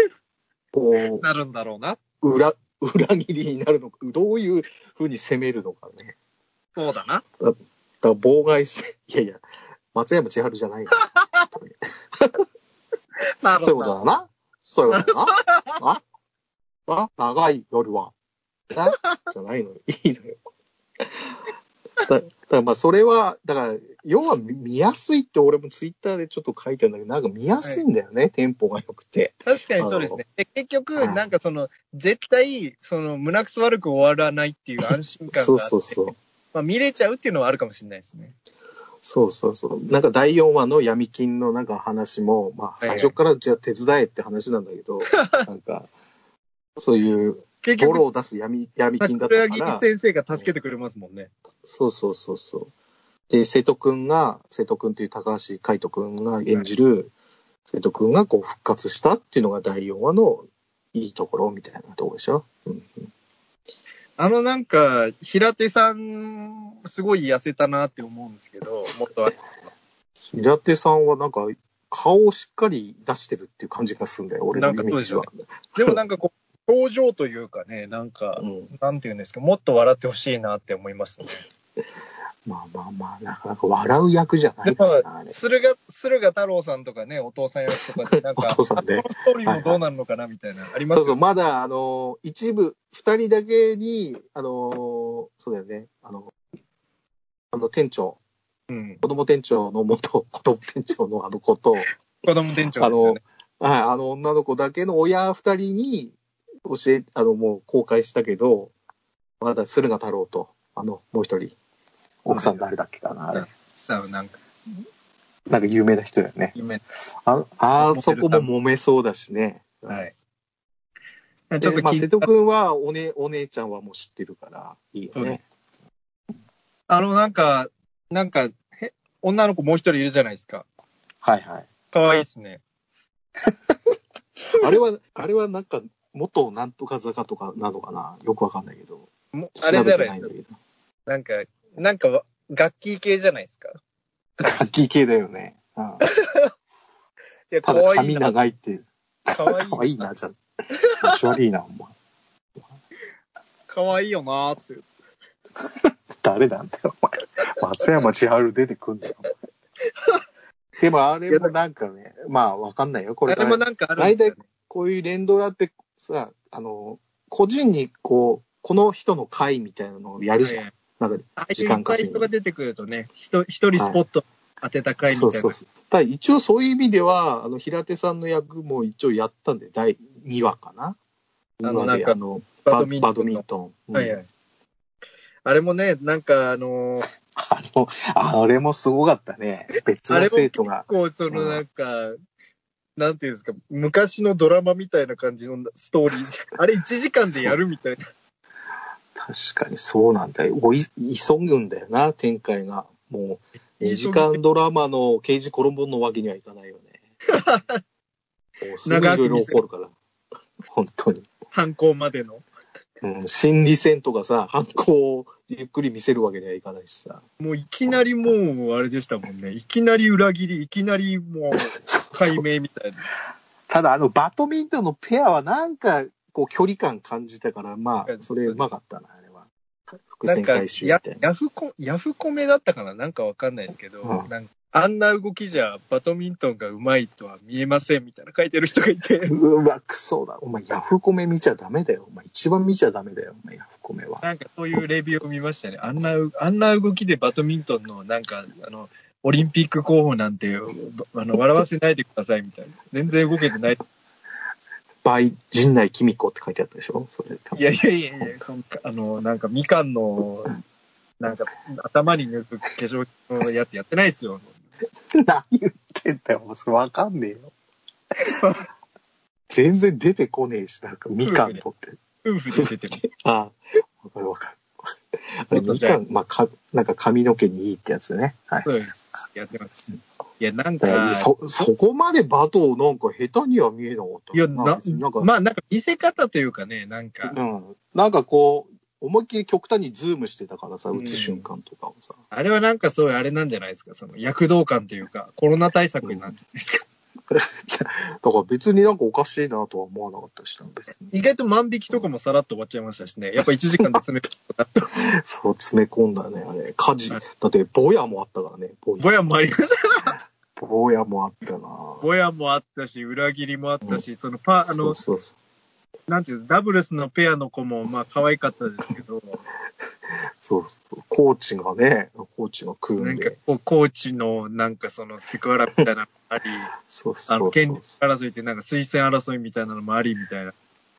[SPEAKER 2] こ
[SPEAKER 3] になるんだろうな。
[SPEAKER 2] う、裏、裏切りになるのか、どういうふうに攻めるのかね。
[SPEAKER 3] そうだな。
[SPEAKER 2] だから妨害せ、 [LAUGHS] いやいや、松山千春じ
[SPEAKER 3] [LAUGHS]
[SPEAKER 2] ゃないよ。
[SPEAKER 3] なる
[SPEAKER 2] そうい
[SPEAKER 3] ほ
[SPEAKER 2] うことだ
[SPEAKER 3] ど。
[SPEAKER 2] な。そう
[SPEAKER 3] [LAUGHS]
[SPEAKER 2] いうことだな。ああ長い夜は。なじゃないのよ。いいのよ。だだからまあそれは、だから、要は見見やすいって俺もツイッターでちょっと書いてんだけど、なんか見やすいんだよね、テンポが良くて。
[SPEAKER 3] 確かにそうですね。で結局、
[SPEAKER 2] はい
[SPEAKER 3] なんかその、絶対、その、胸くそ悪く終わらないっていう安心感があって、
[SPEAKER 2] そうそうそう。
[SPEAKER 3] まあ見れちゃうっていうのはあるかもしれないですね。
[SPEAKER 2] そうそうそう。なんか第4話の闇金のなんか話も、まあ
[SPEAKER 3] いは
[SPEAKER 2] 最
[SPEAKER 3] い
[SPEAKER 2] 初からじゃあ手伝えって話なんだけ
[SPEAKER 3] [LAUGHS]
[SPEAKER 2] ど、なんか、そういう
[SPEAKER 3] 結
[SPEAKER 2] ボロ
[SPEAKER 3] 局、
[SPEAKER 2] を出す闇闇金だった
[SPEAKER 3] 桜
[SPEAKER 2] か
[SPEAKER 3] 木
[SPEAKER 2] ら、
[SPEAKER 3] 先生が助けてくれますもんね。
[SPEAKER 2] そうそうそうそう。で、瀬戸くんが、瀬戸くんという高橋海人くんが演じる、瀬戸くんがこう復活したっていうのが第4話のいいところみたいなところでしょ。うん、
[SPEAKER 3] あのなんか、平手さん、すごい痩せたなって思うんですけ
[SPEAKER 2] [LAUGHS]
[SPEAKER 3] ど、もっとは。
[SPEAKER 2] 平手さんはなんか、顔をしっかり出してるっていう感じがするんだよ、俺のイメージは。
[SPEAKER 3] でもなんかこう、表情というかね、なんか、
[SPEAKER 2] うん、
[SPEAKER 3] なんていうんですか、もっと笑ってほしいなって思いますね。
[SPEAKER 2] まあまあまあ、なかなか笑う役じゃな
[SPEAKER 3] で
[SPEAKER 2] い
[SPEAKER 3] も
[SPEAKER 2] からな、あ、れ。
[SPEAKER 3] 駿河、駿河太郎さんとかね、お父さん役とかで、なんか、
[SPEAKER 2] [LAUGHS] お父さんね
[SPEAKER 3] あこのストーリーもどうなるのかなみたいな、あります
[SPEAKER 2] そ
[SPEAKER 3] よ
[SPEAKER 2] うそう、まだ、あの、一部、二人だけに、あの、そうだよね、あの、あの店長、
[SPEAKER 3] うん。
[SPEAKER 2] 子供店長の元、 [LAUGHS] 子供店長のあの子と、はい、
[SPEAKER 3] 子供店長ですよね。
[SPEAKER 2] あの女の子だけの親二人に教え、あの、もう公開したけど、まだ駿河太郎と、あの、もう一人、奥さん誰だっけかな、あれ。
[SPEAKER 3] さあなんか、
[SPEAKER 2] なんか有名な人だよね。
[SPEAKER 3] 夢。
[SPEAKER 2] あ、あそこも揉めそうだしね。
[SPEAKER 3] はい。
[SPEAKER 2] で
[SPEAKER 3] ちょっと
[SPEAKER 2] まあ、
[SPEAKER 3] 気に
[SPEAKER 2] 瀬戸君はお,、ね、お姉ちゃんはもう知ってるから、いいよね。
[SPEAKER 3] あの、なんか、なんか、へ女の子もう一人いるじゃないですか。
[SPEAKER 2] はいはい。
[SPEAKER 3] かわいいですね。
[SPEAKER 2] [LAUGHS] あれは、あれはなんか、元なんとか坂とかなのかなよくわかんないけど。
[SPEAKER 3] もあ
[SPEAKER 2] 調
[SPEAKER 3] れじ
[SPEAKER 2] べ
[SPEAKER 3] ゃ
[SPEAKER 2] て
[SPEAKER 3] ない
[SPEAKER 2] な
[SPEAKER 3] で
[SPEAKER 2] いん
[SPEAKER 3] す
[SPEAKER 2] だ
[SPEAKER 3] か。
[SPEAKER 2] けど。 [LAUGHS]
[SPEAKER 3] なんか、なんかわ、楽器系じゃないですか。
[SPEAKER 2] 楽器系だよね。うん
[SPEAKER 3] いや、か
[SPEAKER 2] ただ
[SPEAKER 3] わいい
[SPEAKER 2] 髪
[SPEAKER 3] な。
[SPEAKER 2] 長いっていう。
[SPEAKER 3] かわいい
[SPEAKER 2] [LAUGHS] 可愛いな、じゃん。気持ち悪いな、お前。
[SPEAKER 3] かわいいよなーって。
[SPEAKER 2] 誰なんだよ、お前。松山千春出てくんだよ、お前でもあれもなんかね、まあわかんないよ、これ
[SPEAKER 3] あ
[SPEAKER 2] か
[SPEAKER 3] れも
[SPEAKER 2] ら。
[SPEAKER 3] なんかあるんですよ、ね。
[SPEAKER 2] こういう連ドラってさ、あの、個人にこう、この人の会みたいなのをやるじゃん。
[SPEAKER 3] ええ
[SPEAKER 2] なんか、
[SPEAKER 3] ああいう
[SPEAKER 2] 時
[SPEAKER 3] いっ
[SPEAKER 2] 間
[SPEAKER 3] ぱい
[SPEAKER 2] 稼ぎ
[SPEAKER 3] 人が出てくるとね、ひと一人スポット当てた回みた
[SPEAKER 2] そ
[SPEAKER 3] いうな。
[SPEAKER 2] そうそう。ただ一応そういう意味では、あの、平手さんの役も一応やったんで、第2話かな。
[SPEAKER 3] あの
[SPEAKER 2] 二
[SPEAKER 3] なんか
[SPEAKER 2] 話であの
[SPEAKER 3] バ
[SPEAKER 2] バ
[SPEAKER 3] ドミントンの
[SPEAKER 2] バドミントン。うん
[SPEAKER 3] はいはい。あれもね、なんかあのー
[SPEAKER 2] あの、あれもすごかったね。別
[SPEAKER 3] あれ
[SPEAKER 2] の
[SPEAKER 3] も
[SPEAKER 2] 生
[SPEAKER 3] 結
[SPEAKER 2] 徒が。
[SPEAKER 3] 構そのなんか、なんていうんですか、昔のドラマみたいな感じのストーリー。あれ1時間でやるみたいな。
[SPEAKER 2] 確かにそうなんだよ。おい急ぐんだよな、展開が。もう、
[SPEAKER 3] 急ぐ
[SPEAKER 2] 2時間ドラマの刑事コロンボンのわけにはいかないよ
[SPEAKER 3] [LAUGHS]
[SPEAKER 2] ね。もうすぐいろいろ起こるから。本当に。
[SPEAKER 3] 犯行までの。
[SPEAKER 2] うん、心理戦とかさ、犯行をゆっくり見せるわけにはいかないしさ。
[SPEAKER 3] もういきなりもうあれでしたもんね。いきなり裏切り、いきなりもう解明みたいな。
[SPEAKER 2] ただ、あの、バドミントンのペアはなんか、こう、距離感感じたから、まあ、それうまかったな、あれは。伏
[SPEAKER 3] なん
[SPEAKER 2] 線
[SPEAKER 3] か
[SPEAKER 2] 回収み
[SPEAKER 3] や
[SPEAKER 2] たいな。
[SPEAKER 3] ヤフコ、ヤフコメだったかななんかわかんないですけど、
[SPEAKER 2] うん
[SPEAKER 3] なんかあんな動きじゃバドミントンがうまいとは見えませんみたいな書いてる人がいて、
[SPEAKER 2] [LAUGHS] うわ、クソだ。お前、ヤフコメ見ちゃダメだよ。お前、一番見ちゃダメだよ。お前、ヤフコメは。
[SPEAKER 3] なんかそういうレビューを見ましたね。あんな、あんな動きでバドミントンのなんか、あの、オリンピック候補なんて、あの、笑わせないでくださいみたいな。全然動けてない。
[SPEAKER 2] バイ、陣内公子って書いてあったでしょそれ。多分
[SPEAKER 3] いやいやいやいや、そんあの、なんかみかんの、なんか頭に抜く化粧のやつやってないですよ。
[SPEAKER 2] 何言ってんだよ、もうそれわかんねえよ。 [LAUGHS] 全然出てこねえし、なんか、みかんとって。
[SPEAKER 3] 夫婦で出てる。
[SPEAKER 2] ああ、わかるわかる。あれ、みかん、まあ、か、なんか髪の毛にいいってやつね。はい。
[SPEAKER 3] そうです。やってます。いや、なん
[SPEAKER 2] だから
[SPEAKER 3] か、
[SPEAKER 2] そ、そこまでバトをなんか下手には見えなかった。
[SPEAKER 3] いや、
[SPEAKER 2] まあ
[SPEAKER 3] な
[SPEAKER 2] 別になんか、
[SPEAKER 3] まあなんか見せ方というかね、なんか、
[SPEAKER 2] うん。なんかこう、思いっきり極端にズームしてたからさ、
[SPEAKER 3] うん
[SPEAKER 2] 打つ瞬間とかをさ。
[SPEAKER 3] あれはなんかそういうあれなんじゃないですか、その躍動感というか、コロナ対策になって
[SPEAKER 2] だから別になんかおかしいなとは思わなかったしな、別
[SPEAKER 3] [LAUGHS]
[SPEAKER 2] に。
[SPEAKER 3] 意外と万引きとかもさらっと終わっちゃいましたしね。やっぱ1時間で詰め込んだ。
[SPEAKER 2] そう、詰め込んだね、あれ。火事。
[SPEAKER 3] は
[SPEAKER 2] だ
[SPEAKER 3] い
[SPEAKER 2] って、ぼやもあったからね、ぼ
[SPEAKER 3] [LAUGHS]
[SPEAKER 2] や。
[SPEAKER 3] ぼやもありました。
[SPEAKER 2] ぼやもあったな
[SPEAKER 3] ぼやもあったし、裏切りもあったし、そのパ、あの、
[SPEAKER 2] そうそうそう。
[SPEAKER 3] なんていうのダブルスのペアの子も、まあ、可愛かったですけど、
[SPEAKER 2] そうそう。コーチがね、コーチが組
[SPEAKER 3] なんんか
[SPEAKER 2] で。、
[SPEAKER 3] こう、コーチの、なんかその、セクハラみたいなのもあ [LAUGHS] り、
[SPEAKER 2] そうそ
[SPEAKER 3] あ
[SPEAKER 2] うそ
[SPEAKER 3] の、
[SPEAKER 2] う。
[SPEAKER 3] 権利争いって、なんか推薦争いみたいなのもあり、みたいな。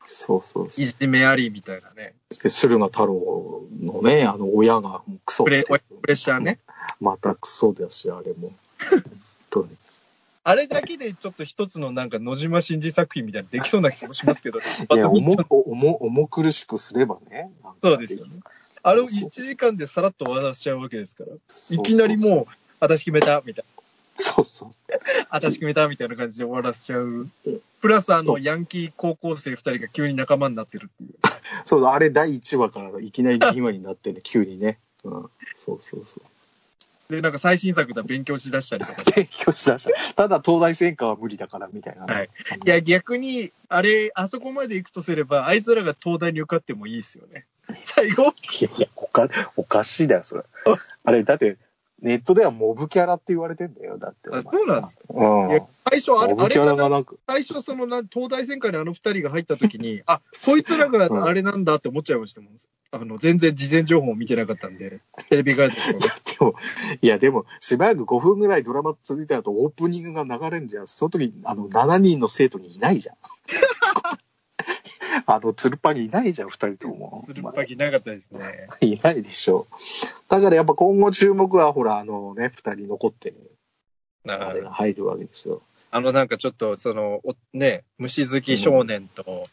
[SPEAKER 2] そうそうそう。
[SPEAKER 3] いじめあり、みたいなね。
[SPEAKER 2] で、駿河太郎のね、あの、親がもうクソっ
[SPEAKER 3] プ
[SPEAKER 2] て
[SPEAKER 3] レ、プレッシャーね。
[SPEAKER 2] またクソだし、あれ
[SPEAKER 3] [LAUGHS]
[SPEAKER 2] も。本当に。
[SPEAKER 3] あれだけで、ちょっと一つの、なんか、野島真二作品みたいにできそうな気もします [LAUGHS] けど、
[SPEAKER 2] いや、
[SPEAKER 3] バドミントン
[SPEAKER 2] 重く、重、重苦しくすればね。なんか
[SPEAKER 3] そうですよねあれを1時間でさらっと終わらせちゃうわけですから。
[SPEAKER 2] そう
[SPEAKER 3] いきなりもう、私決めた、みたい
[SPEAKER 2] そうそう。
[SPEAKER 3] な。私決めた、みたいな感じで終わらせちゃう。プラス、あ
[SPEAKER 2] そ
[SPEAKER 3] の、
[SPEAKER 2] う
[SPEAKER 3] ヤンキー高校生2人が急に仲間になってるっていう。
[SPEAKER 2] そう、あれ第1話からいきなり今になってね、急にね。うん。そうそうそう。
[SPEAKER 3] で、なんか最新作だ、勉強しだしたりとか。
[SPEAKER 2] 勉強しだした。ただ東大専科は無理だからみたいなね、
[SPEAKER 3] はいいや、逆に、あれ、あそこまで行くとすれば、あいつらが東大に受かってもいいですよね。 [LAUGHS] 最後、
[SPEAKER 2] いやいや、おか、おかしいだよ、それ。あれ、だって、ネットではモブキャラって言われてんだよ、だって。
[SPEAKER 3] あそうなんですいや
[SPEAKER 2] う
[SPEAKER 3] 最初、あれ、
[SPEAKER 2] ん。モ
[SPEAKER 3] あれ
[SPEAKER 2] ブキャ
[SPEAKER 3] か
[SPEAKER 2] ラ
[SPEAKER 3] な
[SPEAKER 2] がなんか、
[SPEAKER 3] 最初、そのな、東大戦会にあの二人が入った時
[SPEAKER 2] [LAUGHS]
[SPEAKER 3] に、あ、こいつらがあれなんだって思っちゃいましたもん。あの、全然事前情報を見てなかったんで、テレビガイドとか
[SPEAKER 2] いや、でも、しばらく5分ぐらいドラマ続いた後、オープニングが流れるんじゃん。その時、あの、7人の生徒にいないじゃん。 [LAUGHS] あの、つるっぱにいないじゃん、2人とも。
[SPEAKER 3] するわけなかったですね。
[SPEAKER 2] いないでしょ。だからやっぱ今後注目は、ほら、あのね、2人残って、あれが入るわけですよ。
[SPEAKER 3] あの、なんかちょっと、その、おね、虫好き少年と、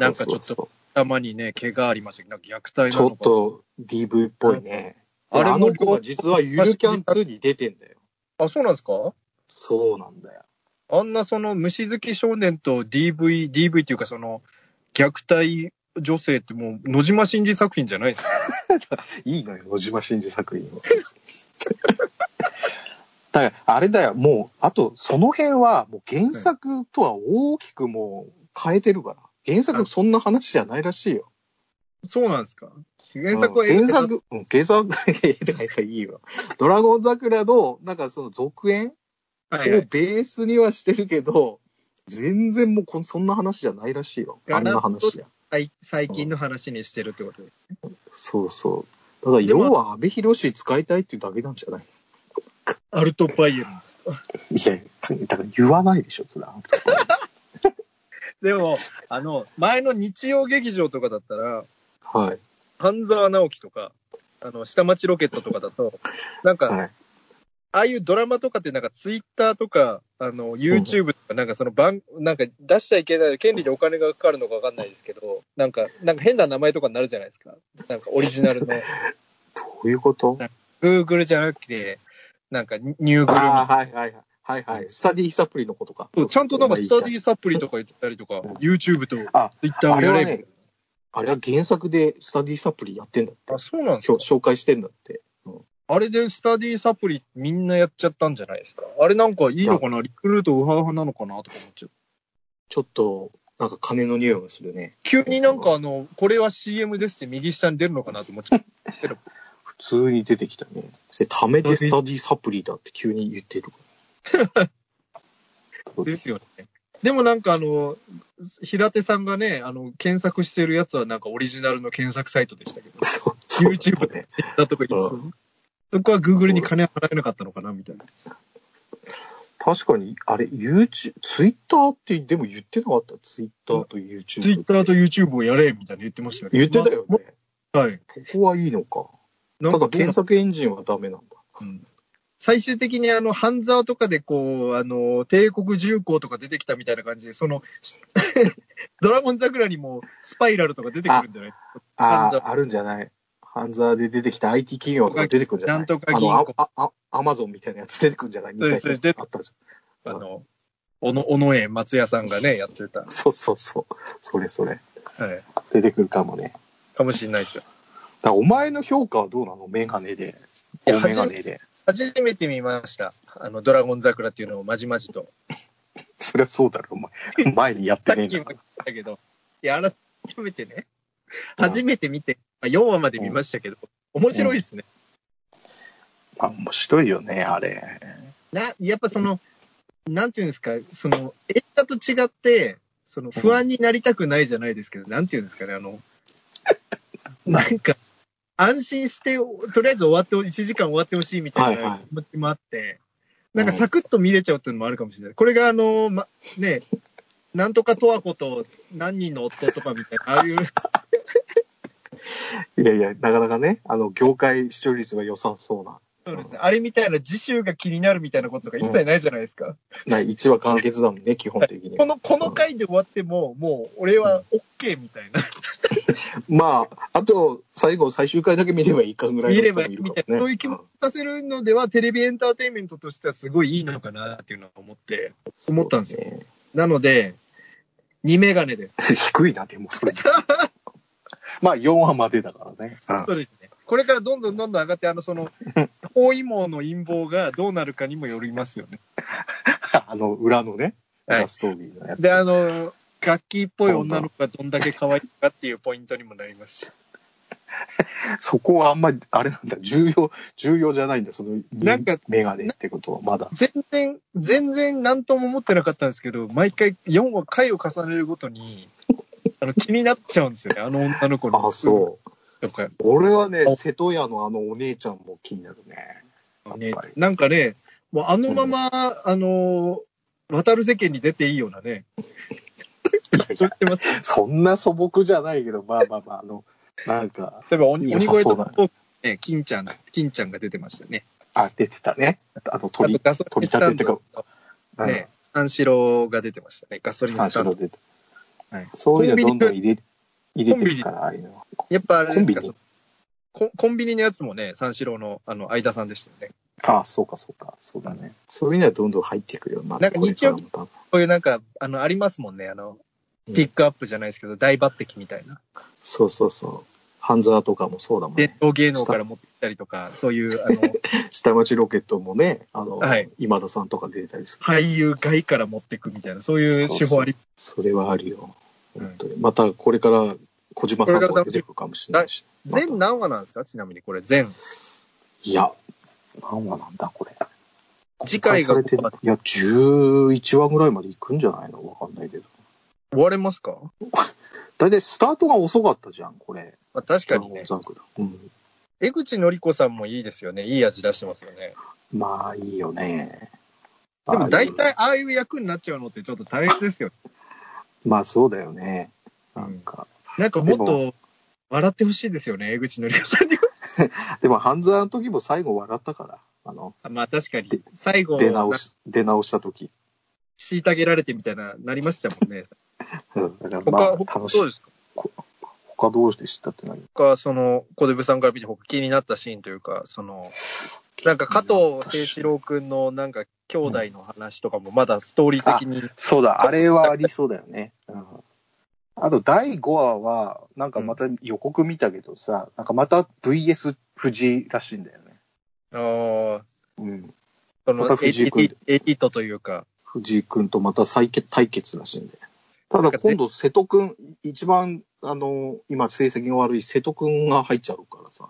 [SPEAKER 3] なんかちょっと
[SPEAKER 2] そうそうそう
[SPEAKER 3] 頭にね、毛がありましたけど、なんか虐待
[SPEAKER 2] ち
[SPEAKER 3] なの
[SPEAKER 2] ょ
[SPEAKER 3] か
[SPEAKER 2] っと DV っぽいね。あ
[SPEAKER 3] あれも
[SPEAKER 2] の子は実はゆるキャン2に出てんだよ。
[SPEAKER 3] あ、そうなんですか
[SPEAKER 2] そうなんだよ。
[SPEAKER 3] あんなその虫好き少年と DV、DV っていうかその、虐待女性ってもう、野島真二作品じゃないですか。
[SPEAKER 2] いいのよ、野島真二作品は。 [LAUGHS] だから、あれだよ、もう、あと、その辺は、もう原作とは大きくもう変えてるから。原作そんな話じゃないらしいよ。
[SPEAKER 3] そうなんですか原作は
[SPEAKER 2] う
[SPEAKER 3] で
[SPEAKER 2] ん原作、うん、原作、 [LAUGHS] だからいいよ。ドラゴン桜の、なんかその続編
[SPEAKER 3] はいは
[SPEAKER 2] を
[SPEAKER 3] い。
[SPEAKER 2] ベースにはしてるけど、全然もうこんそんな話じゃないらしいよ。あんな話じゃ。
[SPEAKER 3] 最最近の話にしてるってことで。
[SPEAKER 2] そうそう。ただ、
[SPEAKER 3] でも
[SPEAKER 2] 要は安倍博士使いたいっていうだけなんじゃない
[SPEAKER 3] アルトバイエルンです。
[SPEAKER 2] いや、だから言わないでしょ、それは。
[SPEAKER 3] でも、あの、前の日曜劇場とかだったら、
[SPEAKER 2] はい。
[SPEAKER 3] 半沢直樹とか、あの、下町ロケットとかだと、なんか、
[SPEAKER 2] はい。
[SPEAKER 3] ああいうドラマとかってなんかツイッターとか、あの、YouTube とかなんかその番、なんか出しちゃいけない、権利でお金がかかるのかわかんないですけど、なんか、なんか変な名前とかになるじゃないですか。なんかオリジナルの。
[SPEAKER 2] どういうこと
[SPEAKER 3] な [LAUGHS] Google じゃなくて、なんかニューグル
[SPEAKER 2] ああ、はいはいはい。はいはい。スタディサプリのことか。
[SPEAKER 3] そうちゃんとなんかスタデ
[SPEAKER 2] ィ
[SPEAKER 3] ィサプリとか言ってたりとか
[SPEAKER 2] ん、
[SPEAKER 3] YouTube と
[SPEAKER 2] あ
[SPEAKER 3] Twitter をやれ
[SPEAKER 2] あれは
[SPEAKER 3] ば
[SPEAKER 2] ねあれは原作でスタディサプリやってんだって
[SPEAKER 3] あ、。そうなんです
[SPEAKER 2] ひょ
[SPEAKER 3] か。
[SPEAKER 2] 紹介してんだって。
[SPEAKER 3] あれでスタディサプリみんなやっちゃったんじゃないですか。あれなんかいいのかなリクルートウハウハなのかなとか思っちゃう。
[SPEAKER 2] ちょっと、なんか金の匂いがするね。
[SPEAKER 3] 急になんかあの、これは CM ですって右下に出るのかなと思っちゃった。
[SPEAKER 2] 普通に出てきたね。それ、ためてスタディサプリだって急に言ってるから。そう
[SPEAKER 3] で
[SPEAKER 2] です
[SPEAKER 3] よね。でもなんかあの、平手さんがね、あの、検索してるやつはなんかオリジナルの検索サイトでしたけど、
[SPEAKER 2] そう、そう
[SPEAKER 3] YouTube で。だとか言ってた
[SPEAKER 2] う
[SPEAKER 3] そこは Google に金払えなかったのかなみたいな。
[SPEAKER 2] 確かに、あれ、YouTube、Twitter って、でも言ってなかった。Twitter と YouTube。
[SPEAKER 3] Twitter と YouTube をやれみたいな言ってましたよね。
[SPEAKER 2] 言ってたよ
[SPEAKER 3] ま
[SPEAKER 2] ね。
[SPEAKER 3] あはい。
[SPEAKER 2] ここはいいのか。
[SPEAKER 3] な
[SPEAKER 2] た
[SPEAKER 3] んかど
[SPEAKER 2] だ
[SPEAKER 3] うな
[SPEAKER 2] 検索エンジンはダメなんだ。
[SPEAKER 3] うん最終的にあの、ハンザーとかでこう、あの、帝国重工とか出てきたみたいな感じで、その、 [LAUGHS] ドラゴン桜にもスパイラルとか出てくるんじゃないハン
[SPEAKER 2] あ
[SPEAKER 3] ザー
[SPEAKER 2] あ、あるんじゃない。ハンザーで出てきた IT 企業とか出てくるんじゃない
[SPEAKER 3] なんとか銀
[SPEAKER 2] あ
[SPEAKER 3] 行
[SPEAKER 2] のあああアマゾンみたいなやつ出てくるんじゃないみた
[SPEAKER 3] そうで
[SPEAKER 2] いな。
[SPEAKER 3] す出て
[SPEAKER 2] あったじ
[SPEAKER 3] あの、小野、小野園松屋さんがね、やってた。
[SPEAKER 2] ゃん。そうそうそう。それそれ。
[SPEAKER 3] はい。
[SPEAKER 2] 出てくるかもね。
[SPEAKER 3] かもしれないですよ。
[SPEAKER 2] だからお前の評価はどうなのメガネで。
[SPEAKER 3] いや
[SPEAKER 2] おメガネで。
[SPEAKER 3] 初めて見ました。あの、ドラゴン桜っていうのをまじまじと。
[SPEAKER 2] そりゃそうだろ、お
[SPEAKER 3] [LAUGHS]
[SPEAKER 2] 前。前にやっ
[SPEAKER 3] さ
[SPEAKER 2] て
[SPEAKER 3] っき
[SPEAKER 2] ね
[SPEAKER 3] も言
[SPEAKER 2] えん
[SPEAKER 3] っ
[SPEAKER 2] だ。
[SPEAKER 3] たけど、いや、改めてね、
[SPEAKER 2] うん
[SPEAKER 3] 初めて見て、まあ4話まで見ましたけど、面白いですね。
[SPEAKER 2] まあ、面白いよね、あれ。
[SPEAKER 3] な、やっぱその、なんていうんですか、その、映画と違って、その、不安になりたくないじゃないですけど、なんていうんですかね、あの、 [LAUGHS] なんか、安心して、とりあえず終わって、1時間終わってほしいみたい
[SPEAKER 2] はいは
[SPEAKER 3] ない気持ちもあって、なんか
[SPEAKER 2] うん
[SPEAKER 3] サクッと見れちゃうっていうのもあるかもしれない。これがあの、ま、ね、なんとかとわこと何人の夫とかみたいな、あ [LAUGHS] あいう、
[SPEAKER 2] いやいや、なかなかね、あの、業界視聴率が良さそうな。
[SPEAKER 3] そうですね、あれみたいな次週が気になるみたいなこととか一切ないじゃないですか。
[SPEAKER 2] ない1話完結だもんね、基本的に
[SPEAKER 3] こ。の、この回で終わっても、もう俺は OK みたいな。
[SPEAKER 2] まあ、あと、最後、最終回だけ見ればいいかぐらい
[SPEAKER 3] 見
[SPEAKER 2] の
[SPEAKER 3] れ
[SPEAKER 2] 人も
[SPEAKER 3] ば
[SPEAKER 2] い
[SPEAKER 3] いい
[SPEAKER 2] る
[SPEAKER 3] み
[SPEAKER 2] か
[SPEAKER 3] たい
[SPEAKER 2] ら
[SPEAKER 3] な、
[SPEAKER 2] ね
[SPEAKER 3] そういう気持ちをさせるのでは、テレビエンターテインメントとしてはすごいいいのかなっていうのは思って、思ったんですよ。
[SPEAKER 2] よ。
[SPEAKER 3] なので、2メガネです。
[SPEAKER 2] [LAUGHS] 低いな、でも、それ。
[SPEAKER 3] [LAUGHS]
[SPEAKER 2] まあ、4話までだからね。うん
[SPEAKER 3] そうですね。これからどんどんどんどん上がって、あの、そ [LAUGHS] の、包囲網の陰謀がどうなるかにもよりますよね。
[SPEAKER 2] あの、裏のね、
[SPEAKER 3] はい
[SPEAKER 2] ラストーリーのやつ。
[SPEAKER 3] で、あの、楽器っぽい女の子がどんだけ可愛いかっていうポイントにもなりますし。
[SPEAKER 2] そこはあんまり、あれなんだ、重要、重要じゃないんだ、その、
[SPEAKER 3] なんか
[SPEAKER 2] メガネってことは、まだ。
[SPEAKER 3] 全然、全然何とも思ってなかったんですけど、毎回4話回を重ねるごとに、あの、気になっちゃうんですよね。あの女の子の。
[SPEAKER 2] あ、そう。
[SPEAKER 3] とか。
[SPEAKER 2] 俺はね、
[SPEAKER 3] お
[SPEAKER 2] 瀬戸屋のあのお姉ちゃんも気になるね。
[SPEAKER 3] ね
[SPEAKER 2] やっぱり、
[SPEAKER 3] なんかね、もうあのまま、あのー、渡る世間に出ていいようなね。そうしてます。
[SPEAKER 2] [LAUGHS] そんな素朴じゃないけど、まあまあまあ、あの、なんか、
[SPEAKER 3] そういえば鬼、
[SPEAKER 2] 良
[SPEAKER 3] 鬼
[SPEAKER 2] さ
[SPEAKER 3] 越
[SPEAKER 2] そ
[SPEAKER 3] と
[SPEAKER 2] うだね
[SPEAKER 3] か、ね、金ちゃん、金ちゃんが出てましたね。
[SPEAKER 2] あ、出てたね。あの、
[SPEAKER 3] あと
[SPEAKER 2] 鳥、
[SPEAKER 3] ガソリンスタンド
[SPEAKER 2] 取り立て
[SPEAKER 3] のね、三四郎が出てましたね。ガソ
[SPEAKER 2] うん
[SPEAKER 3] リン
[SPEAKER 2] 三
[SPEAKER 3] スタ
[SPEAKER 2] 種
[SPEAKER 3] ンド
[SPEAKER 2] 類。出て
[SPEAKER 3] はい
[SPEAKER 2] そういうのどんど
[SPEAKER 3] コン
[SPEAKER 2] ん
[SPEAKER 3] ビ
[SPEAKER 2] 入れ、入れていくから、ああいうのは。
[SPEAKER 3] やっぱあれですか
[SPEAKER 2] コンビニ
[SPEAKER 3] そのコンコンビニのやつもね、三四郎の、あの、相田さんでしたよね。
[SPEAKER 2] ああ、そうか、そうか、そうだね。そういうのはどんどん入っていくようになって
[SPEAKER 3] なんか日曜日
[SPEAKER 2] これからも多分
[SPEAKER 3] こういうなんか、あの、ありますもんね。あの、
[SPEAKER 2] うん
[SPEAKER 3] ピックアップじゃないですけど、大抜擢みたいな。
[SPEAKER 2] そうそうそう。ハンザーとかもそうだもん
[SPEAKER 3] 伝
[SPEAKER 2] ね。
[SPEAKER 3] 統芸能から持ってきたりとか、そういう、あの、
[SPEAKER 2] [LAUGHS] 下町ロケットもね、あの、
[SPEAKER 3] はい
[SPEAKER 2] 今田さんとか出たりする。
[SPEAKER 3] 俳優外から持ってくみたいな、そういう手法あり。
[SPEAKER 2] それはあるよ。
[SPEAKER 3] うん
[SPEAKER 2] 本当に。また、これから、小島さんとか出てくるかもしれないし。また
[SPEAKER 3] 全何話なんですかちなみにこれ全。
[SPEAKER 2] いや、何話なんだ、これ。
[SPEAKER 3] 次回が
[SPEAKER 2] 公開されてるいや、11話ぐらいまで行くんじゃないのわかんないけど。
[SPEAKER 3] 終われますか、
[SPEAKER 2] だいたいスタートが遅かったじゃん、これ。
[SPEAKER 3] まあ、確かに
[SPEAKER 2] ドラゴ
[SPEAKER 3] ね
[SPEAKER 2] ン。ザクだ。うん。
[SPEAKER 3] 江口のり子さんもいいですよね。いい味出してますよね。
[SPEAKER 2] まあ、いいよね。
[SPEAKER 3] でも大
[SPEAKER 2] ああい
[SPEAKER 3] 体ああいう役になっちゃうのってちょっと大変ですよ。
[SPEAKER 2] うまあ、そうだよね。なんか。
[SPEAKER 3] なんかもっ
[SPEAKER 2] で
[SPEAKER 3] と笑ってほしいですよね。江口のり子さんには。
[SPEAKER 2] でも、半沢の時も最後笑ったから。あの、 [LAUGHS]
[SPEAKER 3] まあ確かに
[SPEAKER 2] で。
[SPEAKER 3] 最後、
[SPEAKER 2] 出直し、出直した時。
[SPEAKER 3] 虐げられてみたいな、なりましたもんね。
[SPEAKER 2] うん。だから、
[SPEAKER 3] 他、
[SPEAKER 2] [LAUGHS] まあ、
[SPEAKER 3] 他
[SPEAKER 2] 楽しい
[SPEAKER 3] どう。ですか
[SPEAKER 2] 他どうして知ったって何
[SPEAKER 3] 他、その、小出部さんから見て他気になったシーンというか、その、なんか加藤清志郎くんのなんか兄弟の話とかもまだストーリー的に、
[SPEAKER 2] そうだ、あれはありそうだよね。うん、あと、第5話は、なんかまた予告見たけどさ、なんかまた VS 藤井らしいんだよね。
[SPEAKER 3] ああ、
[SPEAKER 2] うん。
[SPEAKER 3] その
[SPEAKER 2] また
[SPEAKER 3] エ
[SPEAKER 2] 藤井
[SPEAKER 3] リ
[SPEAKER 2] 君
[SPEAKER 3] エリエリートというか、
[SPEAKER 2] 藤井くんとまた再決対決らしいんだよ。ただ今度、瀬戸くん、一番、あの、今成績が悪い瀬戸くんが入っちゃうからさ。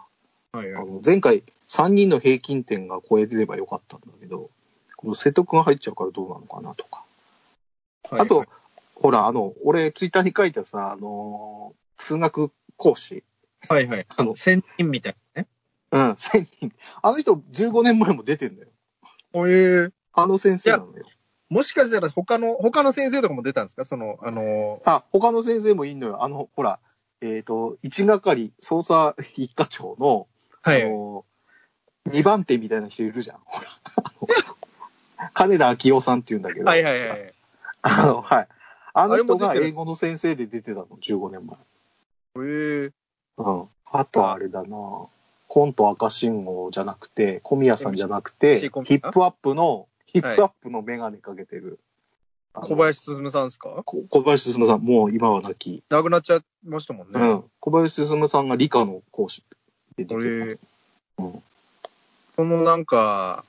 [SPEAKER 3] はい
[SPEAKER 2] あの前回3人の平均点が超えればよかったんだけど、この瀬戸君が入っちゃうからどうなのかなとか。あと、、ほら、あの、俺、ツイッターに書いたさ、あのー数学講師、
[SPEAKER 3] はいはい。
[SPEAKER 2] あの
[SPEAKER 3] 千人みたいなね。
[SPEAKER 2] うん、1000人。あの人、15年前も出てんだよ。
[SPEAKER 3] こういう、
[SPEAKER 2] あの先生なんだよ。
[SPEAKER 3] もしかしたら他の、他の先生とかも出たんですかその、あの
[SPEAKER 2] あ、他の先生もいいのよ。あの、ほら、えっ、と、一係、捜査一課長の、
[SPEAKER 3] ー、は
[SPEAKER 2] あ
[SPEAKER 3] い。
[SPEAKER 2] のー、2番手みたいな人いるじゃん。ほら、あの、 [LAUGHS] 金田昭夫さんって言うんだけど。
[SPEAKER 3] はいはいはい。
[SPEAKER 2] あの、はい。あの人
[SPEAKER 3] あれも
[SPEAKER 2] が
[SPEAKER 3] 出てる
[SPEAKER 2] 英語の先生で出てたの、15年前。
[SPEAKER 3] こういう、
[SPEAKER 2] うん。あとあれだなコント赤信号じゃなくて、小宮さんじゃなくて、ヒ
[SPEAKER 3] MC コンビ
[SPEAKER 2] ップアップの、ヒップアップのメガネかけてる。あの
[SPEAKER 3] 小林進さんですか
[SPEAKER 2] こ小林進さん、もう今は亡き。
[SPEAKER 3] 亡くなっちゃいましたもんね。
[SPEAKER 2] うん。小林進さんが理科の講師で出
[SPEAKER 3] こ
[SPEAKER 2] て
[SPEAKER 3] れ、
[SPEAKER 2] た。うん。
[SPEAKER 3] そのなんか、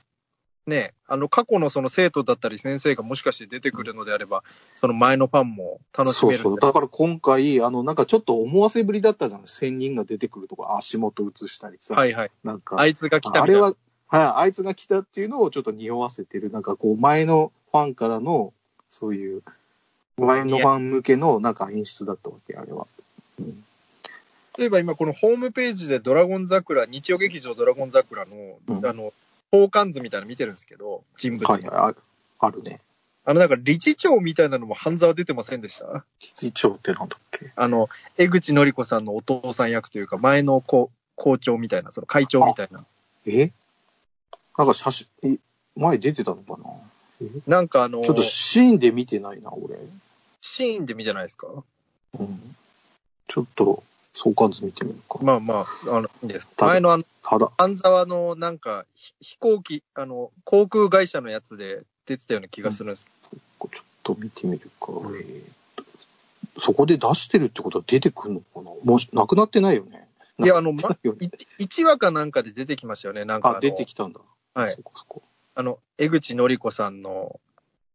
[SPEAKER 3] ね、あの過去のその生徒だったり先生がもしかして出てくるのであれば、その前のファンも楽し
[SPEAKER 2] そ
[SPEAKER 3] める
[SPEAKER 2] う
[SPEAKER 3] んで
[SPEAKER 2] そう。だから今回、あの、なんかちょっと思わせぶりだったじゃん。仙人が出てくるとか、足元映したりさ。
[SPEAKER 3] はいはい。
[SPEAKER 2] なんか、
[SPEAKER 3] あいつが来た
[SPEAKER 2] あ
[SPEAKER 3] みた
[SPEAKER 2] れ
[SPEAKER 3] いな。
[SPEAKER 2] は、はい、あいつが来たっていうのをちょっと匂わせてる。なんかこう、前のファンからの、そういう、前のファン向けのなんか演出だったわけ、あれは。うん
[SPEAKER 3] 例えば今このホームページでドラゴン桜、日曜劇場ドラゴン桜の、
[SPEAKER 2] うん
[SPEAKER 3] あの、交換図みたいなの見てるんですけど、人物。
[SPEAKER 2] はいはい、あるあるね。
[SPEAKER 3] あのなんか理事長みたいなのも半沢出てませんでした
[SPEAKER 2] 理事長ってなんだっけ
[SPEAKER 3] あの、江口のり子さんのお父さん役というか、前の校校長みたいな、その会長みたいな。
[SPEAKER 2] えなんか写真、え前出てたのかな
[SPEAKER 3] なんかあの
[SPEAKER 2] ちょ、っとシーンで見てないな、俺。
[SPEAKER 3] シーンで見てないですか
[SPEAKER 2] うん。ちょっと、相関図見てみるか。
[SPEAKER 3] まあまあ、あの、いいんです。
[SPEAKER 2] だ
[SPEAKER 3] 前のあの、
[SPEAKER 2] ただ、
[SPEAKER 3] 半沢のなんか、ひ飛行機、あの、航空会社のやつで出てたような気がするんです。
[SPEAKER 2] こうちょっと見てみるか。
[SPEAKER 3] ん
[SPEAKER 2] えーとそこで出してるってことは出てくるのかなもし、なくなってないよね。
[SPEAKER 3] いや、あの、ま
[SPEAKER 2] ないよね
[SPEAKER 3] い一話かなんかで出てきましたよね。なんかあ
[SPEAKER 2] あ
[SPEAKER 3] の、
[SPEAKER 2] 出てきたんだ。
[SPEAKER 3] はい
[SPEAKER 2] そこそこ。
[SPEAKER 3] あの、江口のり子さんの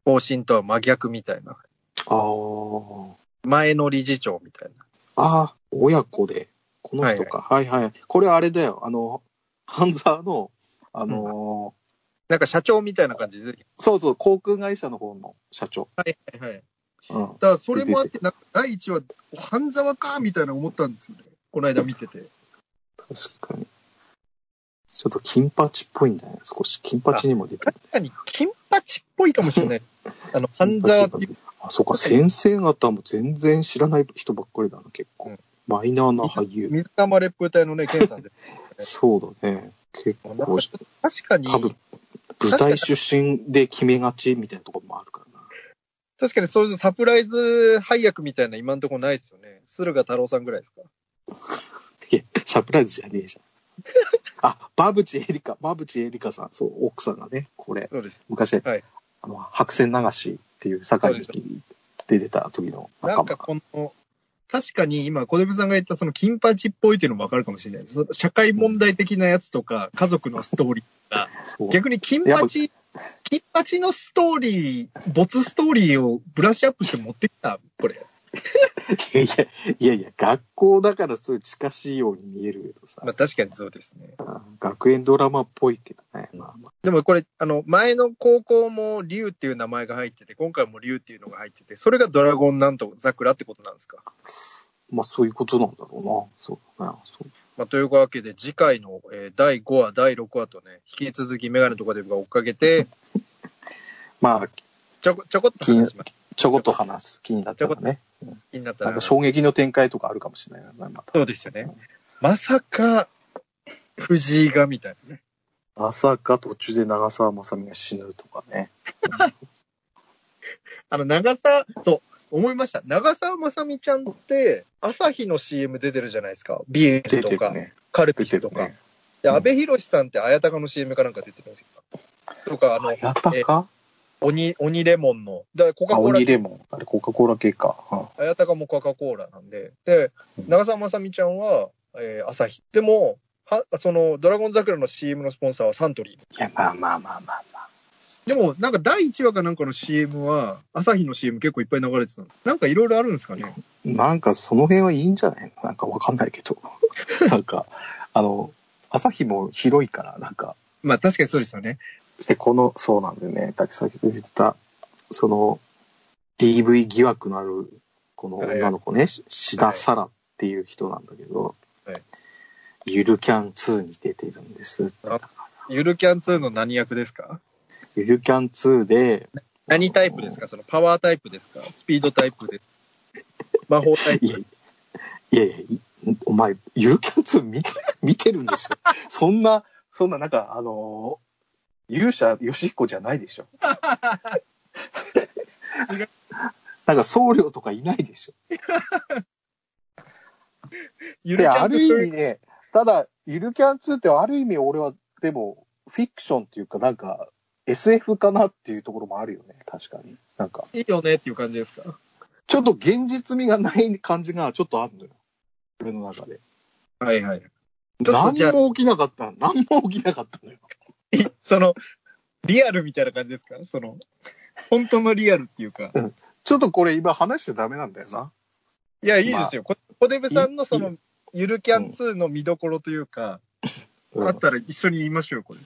[SPEAKER 3] 方針とは真逆みたいな。
[SPEAKER 2] あ
[SPEAKER 3] 前の理事長みたいな。
[SPEAKER 2] あ。ああ、親子で。この人か。はいはい。これあれだよ。あの、半沢の、あの
[SPEAKER 3] なんか社長みたいな感じで出てき
[SPEAKER 2] ーそうそう、航空会社の方の社長。
[SPEAKER 3] まはいはい。
[SPEAKER 2] うん。
[SPEAKER 3] だからそれもあって、なんか第1話、半沢かみたいな思ったんですよね。この間見てて。
[SPEAKER 2] 確かに。ちょっと金八っぽいんだよね。少し。金八にも出てる。
[SPEAKER 3] 確かに、金八っぽいかもしれない。 [LAUGHS] あの、半沢っていう、
[SPEAKER 2] あ、そうか。先生方も全然知らない人ばっかりだな、結
[SPEAKER 3] う
[SPEAKER 2] 構
[SPEAKER 3] ん。
[SPEAKER 2] マイナーな俳優。
[SPEAKER 3] 水玉烈風隊のね、ケンさんで。
[SPEAKER 2] そうだね。結構、
[SPEAKER 3] 確かに、
[SPEAKER 2] 多分、舞台出身で決めがちみたいなところもあるからな。
[SPEAKER 3] 確かにそういうサプライズ配役みたいな今のところないですよね。駿河太郎さんぐらいですか。
[SPEAKER 2] いや、サプライズじゃねえじゃん。 [LAUGHS] あ、馬淵エリカ、馬淵エリカさん、そう、奥さんがね、これ、
[SPEAKER 3] そうです。
[SPEAKER 2] 昔、
[SPEAKER 3] はい
[SPEAKER 2] あの、白線流しっていう堺の時に出てた時の
[SPEAKER 3] な
[SPEAKER 2] 仲
[SPEAKER 3] んか
[SPEAKER 2] 間。
[SPEAKER 3] この、確かに今、小出さんが言ったその金八っぽいっていうのもわかるかもしれないです。その社会問題的なやつとか、家族のストーリー
[SPEAKER 2] そう
[SPEAKER 3] 逆に金八、金八のストーリー、没ストーリーをブラッシュアップして持ってきた、これ。
[SPEAKER 2] いやいやいや、学校だからそういう近しいように見えるけどさ、
[SPEAKER 3] まあ確かにそうですね。
[SPEAKER 2] うん学園ドラマっぽいけどね。まあまあ
[SPEAKER 3] でもこれ、あの、前の高校も竜っていう名前が入ってて、今回も竜っていうのが入ってて、それがドラゴンなんと桜ってことなんですか。
[SPEAKER 2] まあ、そういうことなんだろうな。そうだね。そう
[SPEAKER 3] まあ、というわけで、次回の、えー第5話、第6話とね、引き続きメガネとかでが追っかけて、
[SPEAKER 2] まあ、
[SPEAKER 3] ちょこ、ちょこっと話します。
[SPEAKER 2] ちょこっと話す気になったらね。
[SPEAKER 3] 気になった
[SPEAKER 2] なん
[SPEAKER 3] ら
[SPEAKER 2] か。衝撃の展開とかあるかもしれないな、また。
[SPEAKER 3] そうですよね。まさか、藤井がみたいなね。
[SPEAKER 2] まさか途中で長澤まさみが死ぬとかね。
[SPEAKER 3] あの、長澤、そう、思いました。長澤まさみちゃんって、朝日の CM 出てるじゃないですか。ビエル
[SPEAKER 2] 出て
[SPEAKER 3] とか、
[SPEAKER 2] るね。
[SPEAKER 3] カルピ
[SPEAKER 2] 出
[SPEAKER 3] ス
[SPEAKER 2] て
[SPEAKER 3] と
[SPEAKER 2] る
[SPEAKER 3] か。
[SPEAKER 2] ね。
[SPEAKER 3] で、
[SPEAKER 2] うん
[SPEAKER 3] 安倍博さんって綾鷹の CM かなんか出てるんですよ。とか、あの、
[SPEAKER 2] やったか
[SPEAKER 3] 鬼、鬼レモンの。だからコカ・
[SPEAKER 2] あ、
[SPEAKER 3] コーラ
[SPEAKER 2] 鬼、レモン。あれ、コカ・コーラ系か。うん
[SPEAKER 3] 綾鷹もコカ・コーラなんで。で
[SPEAKER 2] う、ん
[SPEAKER 3] 長澤まさみちゃんは、えー朝日。でも、は、その、ドラゴン桜の CM のスポンサーはサントリー。
[SPEAKER 2] いや、まあまあまあまあまあ。
[SPEAKER 3] でも、なんか第1話かなんかの CM は、朝日の CM 結構いっぱい流れてたの。なんかいろいろあるんですかね。
[SPEAKER 2] なんかその辺はいいんじゃないなんかわかんないけど。なんか、あの、朝日も広いから、なんか、
[SPEAKER 3] まあ確かにそうですよね。
[SPEAKER 2] で、この、そうなんだよね。だけ先ほど言った、その、DV 疑惑のある、この女の子ね、し志田沙羅っていう人なんだけど、
[SPEAKER 3] はい
[SPEAKER 2] ゆるキャン2に出てるんです。
[SPEAKER 3] あゆるキャン2の何役ですか
[SPEAKER 2] ゆるキャン2で、
[SPEAKER 3] 何タイプですかそのパワータイプですかスピードタイプですか魔法タイプ
[SPEAKER 2] いやいやいやいお前、ゆるキャン2見て見てるんでしょ [LAUGHS] そんな、そんな、なんか、あのー勇者ヨシヒコじゃないでし
[SPEAKER 3] [LAUGHS]
[SPEAKER 2] ょなんか僧侶とかいないでしょ
[SPEAKER 3] ゆる
[SPEAKER 2] で、
[SPEAKER 3] キャ
[SPEAKER 2] あ
[SPEAKER 3] ンと
[SPEAKER 2] る意味ね、ただ、ゆるキャン2ってある意味俺は、でも、フィクションっていうか、なんか、SF かなっていうところもあるよね、確かに。なんか、
[SPEAKER 3] いいよねっていう感じですか
[SPEAKER 2] ちょっと現実味がない感じがちょっとあるのよ。俺の中で。
[SPEAKER 3] はいはい。ちょっと
[SPEAKER 2] 何
[SPEAKER 3] じゃあ
[SPEAKER 2] も起きなかった。何も起きなかったのよ。
[SPEAKER 3] その、リアルみたいな感じですかその、本当のリアルっていうか。
[SPEAKER 2] ちょっとこれ今話しちゃダメなんだよな。
[SPEAKER 3] いや、いいですよ。こ小出部さんのその、ゆるキャン2の見どころというか、
[SPEAKER 2] うん
[SPEAKER 3] あったら一緒に言いましょうよ、これ。
[SPEAKER 2] い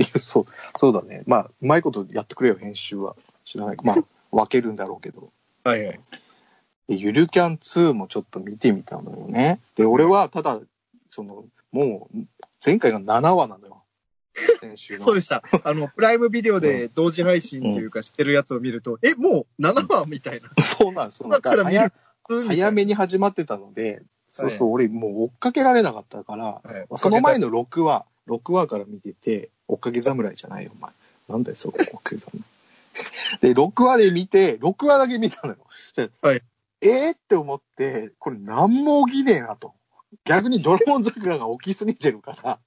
[SPEAKER 2] やそう、そうだね。まあ、うまいことやってくれよ、編集は。知らない。まあ、分けるんだろうけど。
[SPEAKER 3] はいはい。
[SPEAKER 2] でゆるキャン2もちょっと見てみたのよね。で、俺はただ、その、もう、前回が7話なのよ。先週
[SPEAKER 3] [LAUGHS]
[SPEAKER 2] の。
[SPEAKER 3] そうでした。あの、プライムビデオで同時配信っていうかしてるやつを見ると、え、もう7話みたいな。
[SPEAKER 2] そうなんですよ。なんか
[SPEAKER 3] だから見る
[SPEAKER 2] 早
[SPEAKER 3] 普通みたいな
[SPEAKER 2] 早めに始まってたので、そうそう、俺もう追っかけられなかったから、
[SPEAKER 3] はい
[SPEAKER 2] その前の6話、6話から見てて、追っかけ侍じゃないよ、お前。なんだよ、それ、追っかけ侍。 [LAUGHS] で、6話で見て、6話だけ見たのよ。そしたら
[SPEAKER 3] はい
[SPEAKER 2] えー、って思って、これ何も起きねえなと。逆にドラゴン桜が起きすぎてる
[SPEAKER 3] [LAUGHS]
[SPEAKER 2] から、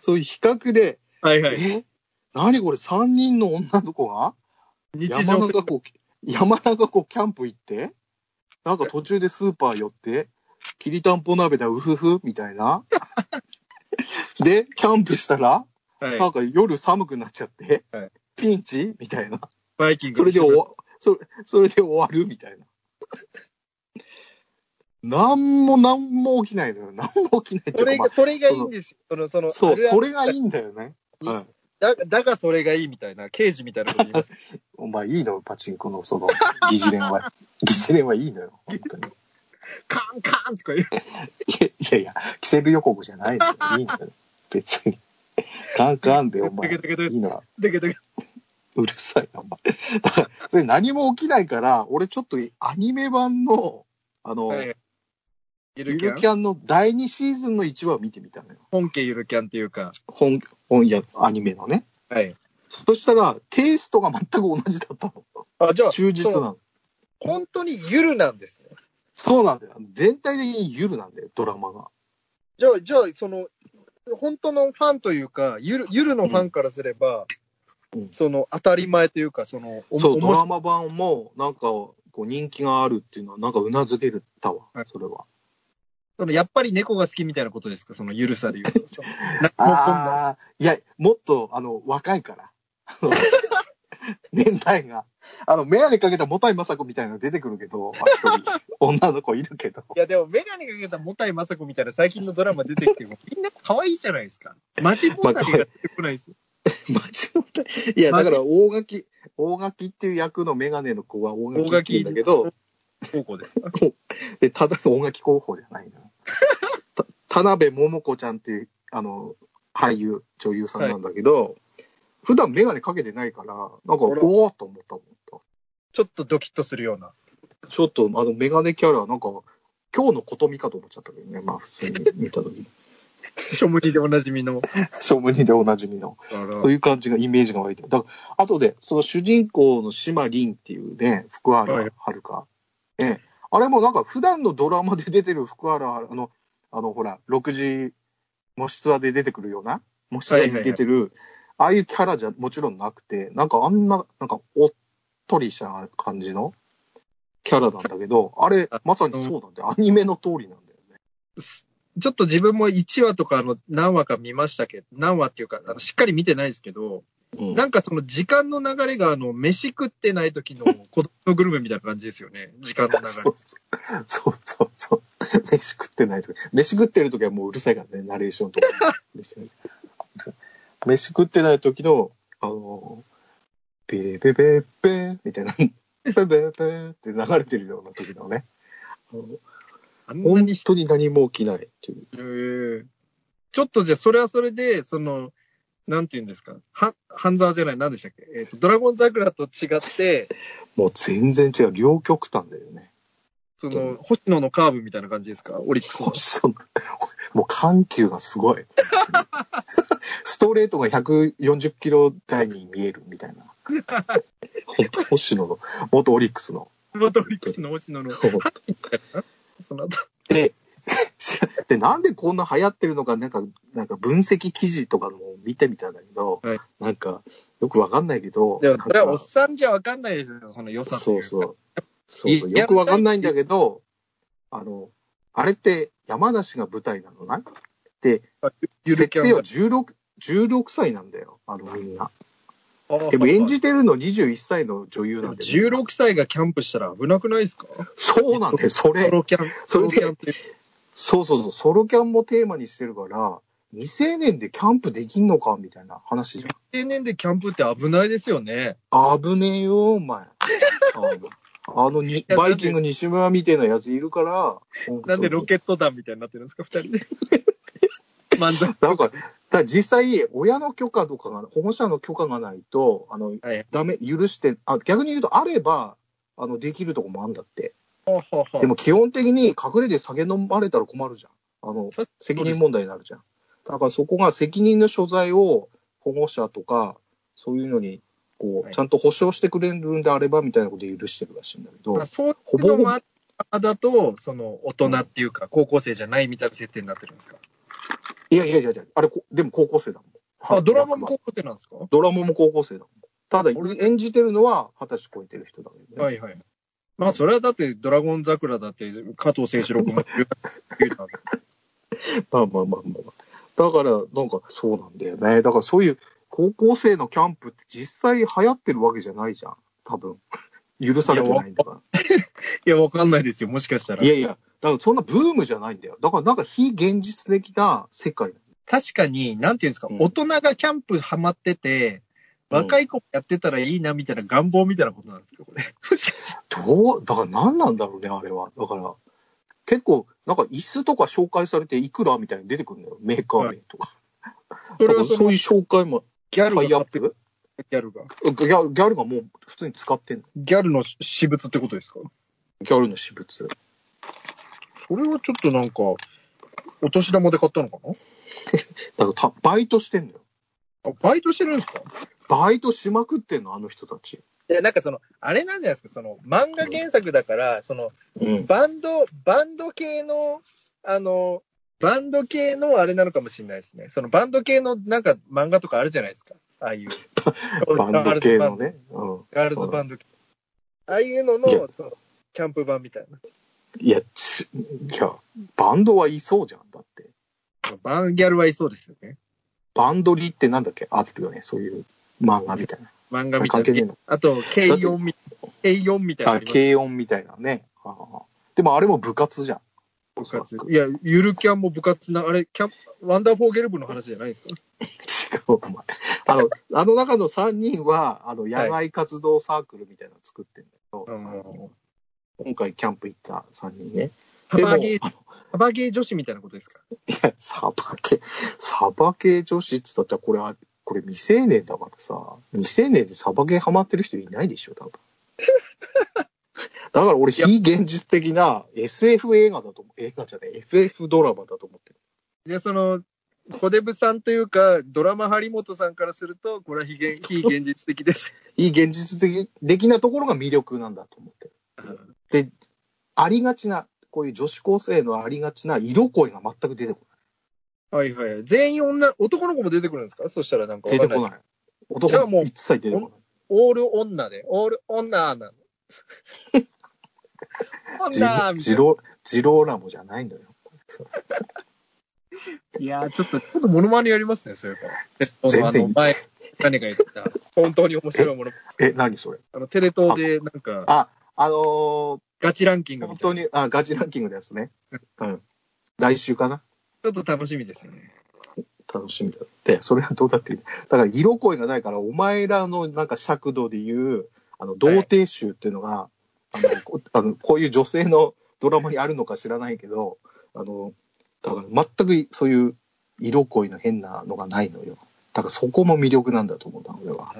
[SPEAKER 2] そういう比較で、
[SPEAKER 3] はいはい。
[SPEAKER 2] え何これ3人の女の子が
[SPEAKER 3] 日
[SPEAKER 2] 山
[SPEAKER 3] 常
[SPEAKER 2] 中湖、山中湖キャンプ行って、なんか途中でスーパー寄って、きりたんぽ鍋だ、うふふ、みた
[SPEAKER 3] [LAUGHS]
[SPEAKER 2] いな。で、キャンプしたら、
[SPEAKER 3] は
[SPEAKER 2] ないんか夜寒くなっちゃって、
[SPEAKER 3] はい
[SPEAKER 2] ピンチみたい
[SPEAKER 3] [LAUGHS]
[SPEAKER 2] な。
[SPEAKER 3] バイキング。
[SPEAKER 2] それで終わ、それ、それで終わるみたいな。なんも、なんも起きないのよ。なんも起きないってい
[SPEAKER 3] そう
[SPEAKER 2] か
[SPEAKER 3] れ
[SPEAKER 2] まあ
[SPEAKER 3] が、それがいいんですよ。その、その、
[SPEAKER 2] そう、
[SPEAKER 3] あるある
[SPEAKER 2] それがいいんだよね。はい。
[SPEAKER 3] だだがそれがいいみたいな、刑事みたいなこと言い
[SPEAKER 2] [LAUGHS]
[SPEAKER 3] ます。
[SPEAKER 2] お前いいのパチンコのその、疑似
[SPEAKER 3] [LAUGHS]
[SPEAKER 2] 連は。疑似連はいいのよ。本当に。
[SPEAKER 3] カンカンとか言う。
[SPEAKER 2] いやいやいや、キセル予告じゃないのよ。いいのよ。別に。カンカンで、お前。
[SPEAKER 3] だけどだけ
[SPEAKER 2] いいのは、
[SPEAKER 3] だけど、
[SPEAKER 2] うるさいな、お前。だから、それ何も起きないから、俺ちょっとアニメ版の、あの、
[SPEAKER 3] はいはいゆ
[SPEAKER 2] ゆ
[SPEAKER 3] るキ
[SPEAKER 2] る
[SPEAKER 3] ャン
[SPEAKER 2] キャンの第2シーズンの1話を見てみたのよ。
[SPEAKER 3] 本家ゆるキャンっていうか。
[SPEAKER 2] 本、本や、アニメのね。
[SPEAKER 3] はい。
[SPEAKER 2] そしたら、テイストが全く同じだったの。
[SPEAKER 3] あ、じゃあ、
[SPEAKER 2] 忠実な
[SPEAKER 3] そう
[SPEAKER 2] の。
[SPEAKER 3] 本当にゆるなんですね。
[SPEAKER 2] そうなんだよ。全体的にゆるなんだよ、ドラマが。
[SPEAKER 3] じゃあ、じゃあ、その、本当のファンというか、ゆる、ゆるのファンからすれば、
[SPEAKER 2] うん
[SPEAKER 3] その、当たり前というか、その、お
[SPEAKER 2] そう、
[SPEAKER 3] お
[SPEAKER 2] ド
[SPEAKER 3] もし
[SPEAKER 2] ラマ版も、なんか、こう、人気があるっていうのは、なんか、うなずけるたわ
[SPEAKER 3] はい、
[SPEAKER 2] それは。
[SPEAKER 3] そのやっぱり猫が好きみたいなことですかそのゆるさで言うと。
[SPEAKER 2] [LAUGHS]
[SPEAKER 3] そのな
[SPEAKER 2] ああ、いや、もっと、あの、若いから。 [LAUGHS] あの年代が。あの、メガネかけたもたいまさこみたいなの出てくるけど、あ一人女の子いるけど。
[SPEAKER 3] いやでも、メガネかけたもたいまさこみたいな最近のドラマ出てき
[SPEAKER 2] [LAUGHS]
[SPEAKER 3] ても、みんな可愛いじゃないですか。マジ問題が出てこないですよ。
[SPEAKER 2] マジもたい。いや、
[SPEAKER 3] マ
[SPEAKER 2] だ
[SPEAKER 3] ジ
[SPEAKER 2] から、大垣、大垣っていう役のメガネの子は大垣っていうんだけど、
[SPEAKER 3] 高校です。
[SPEAKER 2] でただ、大垣候補じゃないのよ。た田辺桃子ちゃんっていう、あの、俳優、女優さんなんだけど、普段メガネかけてないから、なんか、
[SPEAKER 3] あら
[SPEAKER 2] おおと思ったもん。
[SPEAKER 3] ちょっとドキッとするような。
[SPEAKER 2] ちょっとあのメガネキャラ、なんか、今日のことみかと思っちゃったけどね、まあ普通に見たと [LAUGHS] き。
[SPEAKER 3] ショムリでおなじみの。
[SPEAKER 2] ショムニでおなじみの。そう
[SPEAKER 3] は
[SPEAKER 2] いう感じが、イメージが湧いて。だから、あとで、その主人公の島凛っていうね、福
[SPEAKER 3] は
[SPEAKER 2] 原
[SPEAKER 3] い
[SPEAKER 2] 遥か。ええ。あれもなんか、普段のドラマで出てる福原遥、あの、あの、ほら、6時、もしツアで出てくるような、もしツアに出てる、ああいうキャラじゃもちろんなくて、なんかあんな、なんか、おっとりした感じのキャラなんだけど、あれ、まさにそうなんだよ。アニメの通りなんだよね。
[SPEAKER 3] ちょっと自分も1話とかあの何話か見ましたけど、何話っていうか、あのしっかり見てないですけど、
[SPEAKER 2] うん
[SPEAKER 3] なんかその時間の流れが、あの、飯食ってない時の子供のグルメみたいな感じですよ [LAUGHS] ね。時間の流
[SPEAKER 2] そ
[SPEAKER 3] れ
[SPEAKER 2] う。そうそうそう。 [LAUGHS] 飯食ってない時。飯食ってる時はもううるさいからね、ナレーションとか。飯食ってない時の、あの、ベーベーベーベーみたいな、ベーベーベーって流れてるような時のね。あの
[SPEAKER 3] あんな
[SPEAKER 2] 本
[SPEAKER 3] に人
[SPEAKER 2] 当に何も起きないっていう。
[SPEAKER 3] いる。ちょっとじゃあ、それはそれで、その、なんて言うんですか。は、半沢じゃない、なんでしたっけ。えっ、と、ドラゴン桜と違って、
[SPEAKER 2] もう全然違う。両極端だよね。
[SPEAKER 3] その、星野のカーブみたいな感じですかオリックスの。
[SPEAKER 2] そのもう緩急がすごい。ストレートが140キロ台に見えるみたいな。本当星野の、元オリックスの。
[SPEAKER 3] 元オリックスの星野の。その後。
[SPEAKER 2] で、で、なんでこんな流行ってるのか、なんか、なんか分析記事とかも見てみたんだけど、
[SPEAKER 3] はい
[SPEAKER 2] なんか、よくわかんないけど、
[SPEAKER 3] で
[SPEAKER 2] なん
[SPEAKER 3] も、
[SPEAKER 2] か
[SPEAKER 3] それはおっさんじゃわかんないですよ、その良さとい
[SPEAKER 2] そうう
[SPEAKER 3] か
[SPEAKER 2] そう。そうそう。
[SPEAKER 3] いや
[SPEAKER 2] よくわかんないんだけど、あの、あれって山梨が舞台なのなで、
[SPEAKER 3] ゆ
[SPEAKER 2] 設
[SPEAKER 3] るキャン
[SPEAKER 2] 定
[SPEAKER 3] が
[SPEAKER 2] は16、16歳なんだよ、あのみんな。
[SPEAKER 3] あー [LAUGHS]
[SPEAKER 2] でも演じてるの21歳の女優なんで、ね。
[SPEAKER 3] 16歳がキャンプしたら危なくないですか
[SPEAKER 2] そうなんだよ、そ
[SPEAKER 3] ソ
[SPEAKER 2] れ。
[SPEAKER 3] ロキャン、ソ
[SPEAKER 2] それ
[SPEAKER 3] ロ
[SPEAKER 2] で
[SPEAKER 3] キャンって。
[SPEAKER 2] そうそうそう、ソロキャンもテーマにしてるから、未成年でキャンプできんのかみたいな話じ
[SPEAKER 3] 定年でキャンプって危ないですよね。
[SPEAKER 2] ゃん。危ねえよ、お前。あの、あのに
[SPEAKER 3] や
[SPEAKER 2] バイキング西村みたいなやついるから、
[SPEAKER 3] なんでロ
[SPEAKER 2] ケ
[SPEAKER 3] ケット団みたいになってるんですか、二人で。 [LAUGHS] 漫才。
[SPEAKER 2] だから、だから実際、親の許可とかが、保護者の許可がないと、あの、
[SPEAKER 3] はい
[SPEAKER 2] ダメ、許して、あ、逆に言うと、あれば、あの、できるとこもあるんだって。
[SPEAKER 3] はあはあはあ
[SPEAKER 2] でも基本的に隠れて酒飲まれたら困るじゃん。あの
[SPEAKER 3] 確、
[SPEAKER 2] 責任問題になるじゃん。だからそこが責任の所在を保護者とか、そういうのに、こ
[SPEAKER 3] は
[SPEAKER 2] う、
[SPEAKER 3] い
[SPEAKER 2] ちゃんと保証してくれるんであれば、みたいなことで許してるらしいんだけど
[SPEAKER 3] まあ、、そう
[SPEAKER 2] ほ
[SPEAKER 3] いう
[SPEAKER 2] ぼ
[SPEAKER 3] の
[SPEAKER 2] ほ
[SPEAKER 3] も
[SPEAKER 2] ぼ
[SPEAKER 3] あっただと、その、大人っていうか、高校生じゃないみたいな設定になってるんですか。
[SPEAKER 2] いやいやいやいや、あれ、こでも高校生だもん。
[SPEAKER 3] あ、ドラマも
[SPEAKER 2] 役場
[SPEAKER 3] 高校生なんですかは
[SPEAKER 2] ドラマも高校生だもん。ただ、演じてるのは二十歳超えてる人だけどね。
[SPEAKER 3] いはい。まあ、それはだって、ドラゴン桜だって、加藤清史郎君も言う言うたんで
[SPEAKER 2] まあまあまあまあまあ。だから、なんかそうなんだよね。だからそういう高校生のキャンプって実際流行ってるわけじゃないじゃん。多分。 [LAUGHS] 許されてないんだか
[SPEAKER 3] [LAUGHS] いや、わかんないですよ、もしかしたら
[SPEAKER 2] ら。い。やいや、だからそんなブームじゃないんだよ。だからなんか非現実的な世界。
[SPEAKER 3] 確かに、なんていうんですか、
[SPEAKER 2] うん
[SPEAKER 3] 大人がキャンプハマってて、若い子もやってたらいいなみたいな願望みたいなことなんですか、これ。もしかして
[SPEAKER 2] どう、だから何なんだろうね、あれは。だから、結構、なんか椅子とか紹介されていくらみたいに出てくるんだよ。メーカー名とか。
[SPEAKER 3] それは
[SPEAKER 2] だから
[SPEAKER 3] そ
[SPEAKER 2] そ
[SPEAKER 3] の
[SPEAKER 2] う
[SPEAKER 3] ギ
[SPEAKER 2] いう紹介も、
[SPEAKER 3] ャル
[SPEAKER 2] タ
[SPEAKER 3] が
[SPEAKER 2] イア
[SPEAKER 3] 買
[SPEAKER 2] ッ
[SPEAKER 3] って
[SPEAKER 2] プ
[SPEAKER 3] ギャルが。
[SPEAKER 2] ギャギャルがもう普通に使ってんの。
[SPEAKER 3] ギャルの私物ってことですか
[SPEAKER 2] ギャルの私物。
[SPEAKER 3] それはちょっとなんか、お年玉で買ったのかな
[SPEAKER 2] だからたバイトしてんのよ。
[SPEAKER 3] あ、バイトしてるんですか
[SPEAKER 2] バイトしまくってんの、あの人たち。
[SPEAKER 3] いや、なんかその、あれなんじゃないですか、その、漫画原作だから、その、
[SPEAKER 2] うん。
[SPEAKER 3] バンド、バンド系の、あの、バンド系のあれなのかもしれないですね。そのバンド系のなんか漫画とかあるじゃないですか。あ [LAUGHS] あいう。
[SPEAKER 2] バンド系のね。うん。
[SPEAKER 3] ガールズバンド。ああいうのの
[SPEAKER 2] いや、
[SPEAKER 3] そのキャンプ版みたいな。
[SPEAKER 2] いや、ち、いや、バンドはいそうじゃん。だって。
[SPEAKER 3] バンギャルはいそうですよね。
[SPEAKER 2] バンドリってなんだっけあるよね。そういう漫画みたいな。
[SPEAKER 3] 漫画みた
[SPEAKER 2] 関
[SPEAKER 3] い
[SPEAKER 2] 係ね
[SPEAKER 3] な。
[SPEAKER 2] えの。
[SPEAKER 3] あと、K4 み、K4 みたいなのあ
[SPEAKER 2] あ、
[SPEAKER 3] りますよ。
[SPEAKER 2] 軽音みたいなね。ああでもあれも部活じゃん。
[SPEAKER 3] 部活。いや、ゆるキャンも部活な、あれ、キャン、ワンダーフォーゲル部の話じゃないですか。
[SPEAKER 2] 違う、お前。
[SPEAKER 3] [LAUGHS]
[SPEAKER 2] あの、あの中の3人は、あの、野外活動サークルみたいなの作ってんだけど、
[SPEAKER 3] うん
[SPEAKER 2] 三人今回キャンプ行った3人ね。
[SPEAKER 3] サ
[SPEAKER 2] でも
[SPEAKER 3] バゲー、サバゲー女子みたいなことですか。
[SPEAKER 2] [LAUGHS] サバ系、サバ系女子っつったら、これは、これ未成年だからさ、未成年でサバゲーハマってる人いないでしょ、多分。だか
[SPEAKER 3] [LAUGHS]
[SPEAKER 2] ら俺、非現実的な SF 映画だと思う。映画じゃない、FF ドラマだと思ってる。
[SPEAKER 3] で、その、小デブさんというか、ドラマ張本さんからすると、これは非
[SPEAKER 2] [LAUGHS]
[SPEAKER 3] 現非現実的です。
[SPEAKER 2] 非現実的的なところが魅力なんだと思ってる。で、ありがちな、こういう女子高生のありがちな色恋が全く出てこ
[SPEAKER 3] はいはい。全員女、男の子も出てくるんですかそしたらなんか
[SPEAKER 2] ない。
[SPEAKER 3] わか
[SPEAKER 2] 出
[SPEAKER 3] んな
[SPEAKER 2] て
[SPEAKER 3] い
[SPEAKER 2] こない。男の子一切出てこない。
[SPEAKER 3] オール女で、オール女な
[SPEAKER 2] [LAUGHS]
[SPEAKER 3] の。女みた
[SPEAKER 2] ジ
[SPEAKER 3] いな。
[SPEAKER 2] ロジローラモじゃないのよ。
[SPEAKER 3] いやー、ちょっと、ちょっとモノマネやりますね、そういえば。
[SPEAKER 2] 全
[SPEAKER 3] あ
[SPEAKER 2] 然いい
[SPEAKER 3] の、前、何か言った、本当に面白いもの。
[SPEAKER 2] え、何それ
[SPEAKER 3] あの、テレ東で、なんか、
[SPEAKER 2] あ、あの
[SPEAKER 3] ガチランキン
[SPEAKER 2] ー
[SPEAKER 3] グみ
[SPEAKER 2] 本
[SPEAKER 3] たい
[SPEAKER 2] 当
[SPEAKER 3] な。
[SPEAKER 2] に、あ、ガチランキングのやつね。うん。来週かな
[SPEAKER 3] ちょっと楽しみですね。
[SPEAKER 2] 楽しみだって。それはどうだっていい。だから、色恋がないから、お前らのなんか尺度で言う、あの、童貞集っていうのが、あのこ [LAUGHS] あの、こういう女性のドラマにあるのか知らないけど、あの、だから全くそういう色恋の変なのがないのよ。だからそこも魅力なんだと思うんだ、俺は。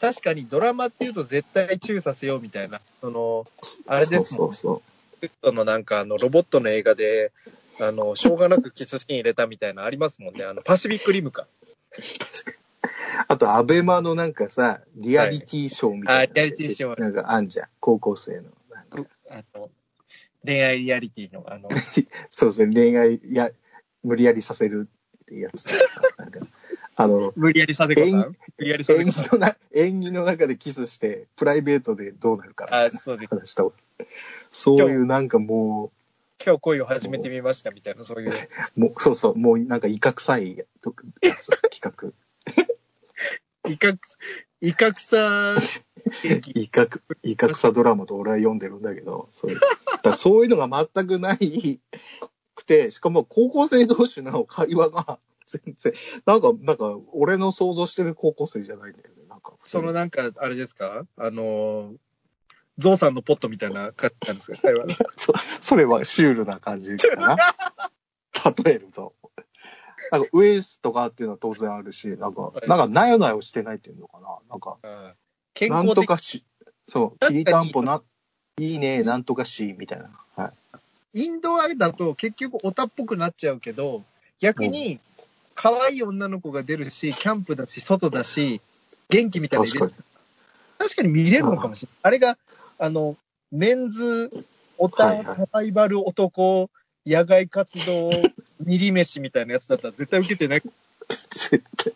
[SPEAKER 3] 確かにドラマっていうと絶対チューさせようみたいな、その、あれです
[SPEAKER 2] そ
[SPEAKER 3] もん
[SPEAKER 2] うそう
[SPEAKER 3] そのなんかあの、ロボットの映画で、あの、しょうがなくキスシーン入れたみたいなのありますもんね。あの、パシフィックリムか。
[SPEAKER 2] そう。あと、アベマのなんかさ、リアリティショーみたいな。
[SPEAKER 3] はいあリアリティショー
[SPEAKER 2] なんかあんじゃん。高校生の。なんか
[SPEAKER 3] あの、恋愛リアリティの、あの、
[SPEAKER 2] そうですね、恋愛や、無理やりさせるやつとか。な
[SPEAKER 3] [LAUGHS]
[SPEAKER 2] んかあの、
[SPEAKER 3] 無理やりさでこさん
[SPEAKER 2] 縁
[SPEAKER 3] 無理やりさで
[SPEAKER 2] 演
[SPEAKER 3] こさん
[SPEAKER 2] 技のな演技の中でキスして、プライベートでどうなるかみた
[SPEAKER 3] あ
[SPEAKER 2] い、な
[SPEAKER 3] そうです。
[SPEAKER 2] 話した方がそういうなんかも
[SPEAKER 3] 今日恋を始めてみましたみたいな、そういう。
[SPEAKER 2] う、もうそうそう、もうなんか威嚇臭いやとやつ企
[SPEAKER 3] 威嚇、威嚇さ、
[SPEAKER 2] 画。威嚇、威嚇さドラマと俺は読んでるんだけど、そういう。だからそういうのが全くないくて、しかも高校生同士の会話が全然、なんか、なんか俺の想像してる高校生じゃないんだよね。なんか普通
[SPEAKER 3] そ
[SPEAKER 2] に
[SPEAKER 3] のなんか、あれですかあの、ゾウさんのポットみたいな感じなんですか会話の
[SPEAKER 2] それはシュールな感じかな。例えると。なんかウエスとかっていうのは当然あるし、なんか、なんかなよなよしてないっていうのかな。なんか、
[SPEAKER 3] あ健
[SPEAKER 2] な
[SPEAKER 3] 康
[SPEAKER 2] んと
[SPEAKER 3] 的
[SPEAKER 2] かし、そう、きりたんぽな、いいね、なんとかし、みたいな。はい。
[SPEAKER 3] インドアだと結局オタっぽくなっちゃうけど、逆に可愛い女の子が出るし、キャンプだし、外だし、元気みたいなの入れ
[SPEAKER 2] 確か
[SPEAKER 3] 確かに見れるのかもしれない。あれが、あの、メンズ、オ
[SPEAKER 2] は
[SPEAKER 3] タ、
[SPEAKER 2] いはい
[SPEAKER 3] サバイバル男、野外活動、ミリ飯みたいなやつだったら絶対受けてない。
[SPEAKER 2] に。絶対。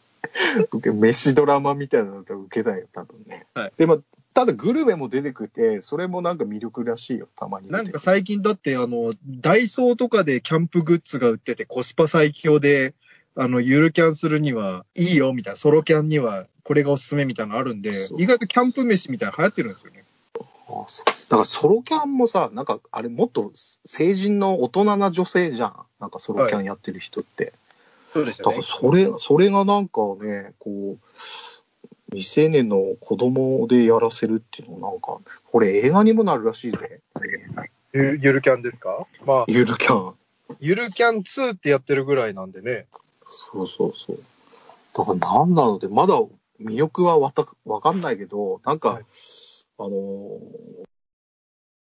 [SPEAKER 2] 飯ドラマみたいなのだと受けないよ、多分ね。
[SPEAKER 3] はい
[SPEAKER 2] でも、ただグルメも出てくて、それもなんか魅力らしいよ、たまに。
[SPEAKER 3] なんか、最近だって、あの、ダイソーとかでキャンプグッズが売ってて、コスパ最強で、あの、ゆるキャンするにはいいよ、みたいな、ソロキャンにはこれがおすすめみたいなのあるんで
[SPEAKER 2] そ、う
[SPEAKER 3] 意外とキャンプ飯みたいなの流行ってるんですよね。
[SPEAKER 2] あそうだからソロキャンもさ、なんかあれもっと成人の大人な女性じゃん。なんかソロキャンやってる人って。
[SPEAKER 3] そうです
[SPEAKER 2] だからそれ、それがなんかね、こう、未成年の子供でやらせるっていうのなんか、これ映画にもなるらしいぜ。
[SPEAKER 3] ゆゆるキャンですかまあ、
[SPEAKER 2] ゆるキャン。
[SPEAKER 3] ゆるキャン2ってやってるぐらいなんでね。
[SPEAKER 2] そうそうそう。だからなんなので、まだ魅力はわたわかんないけど、なんか、
[SPEAKER 3] はい
[SPEAKER 2] あのー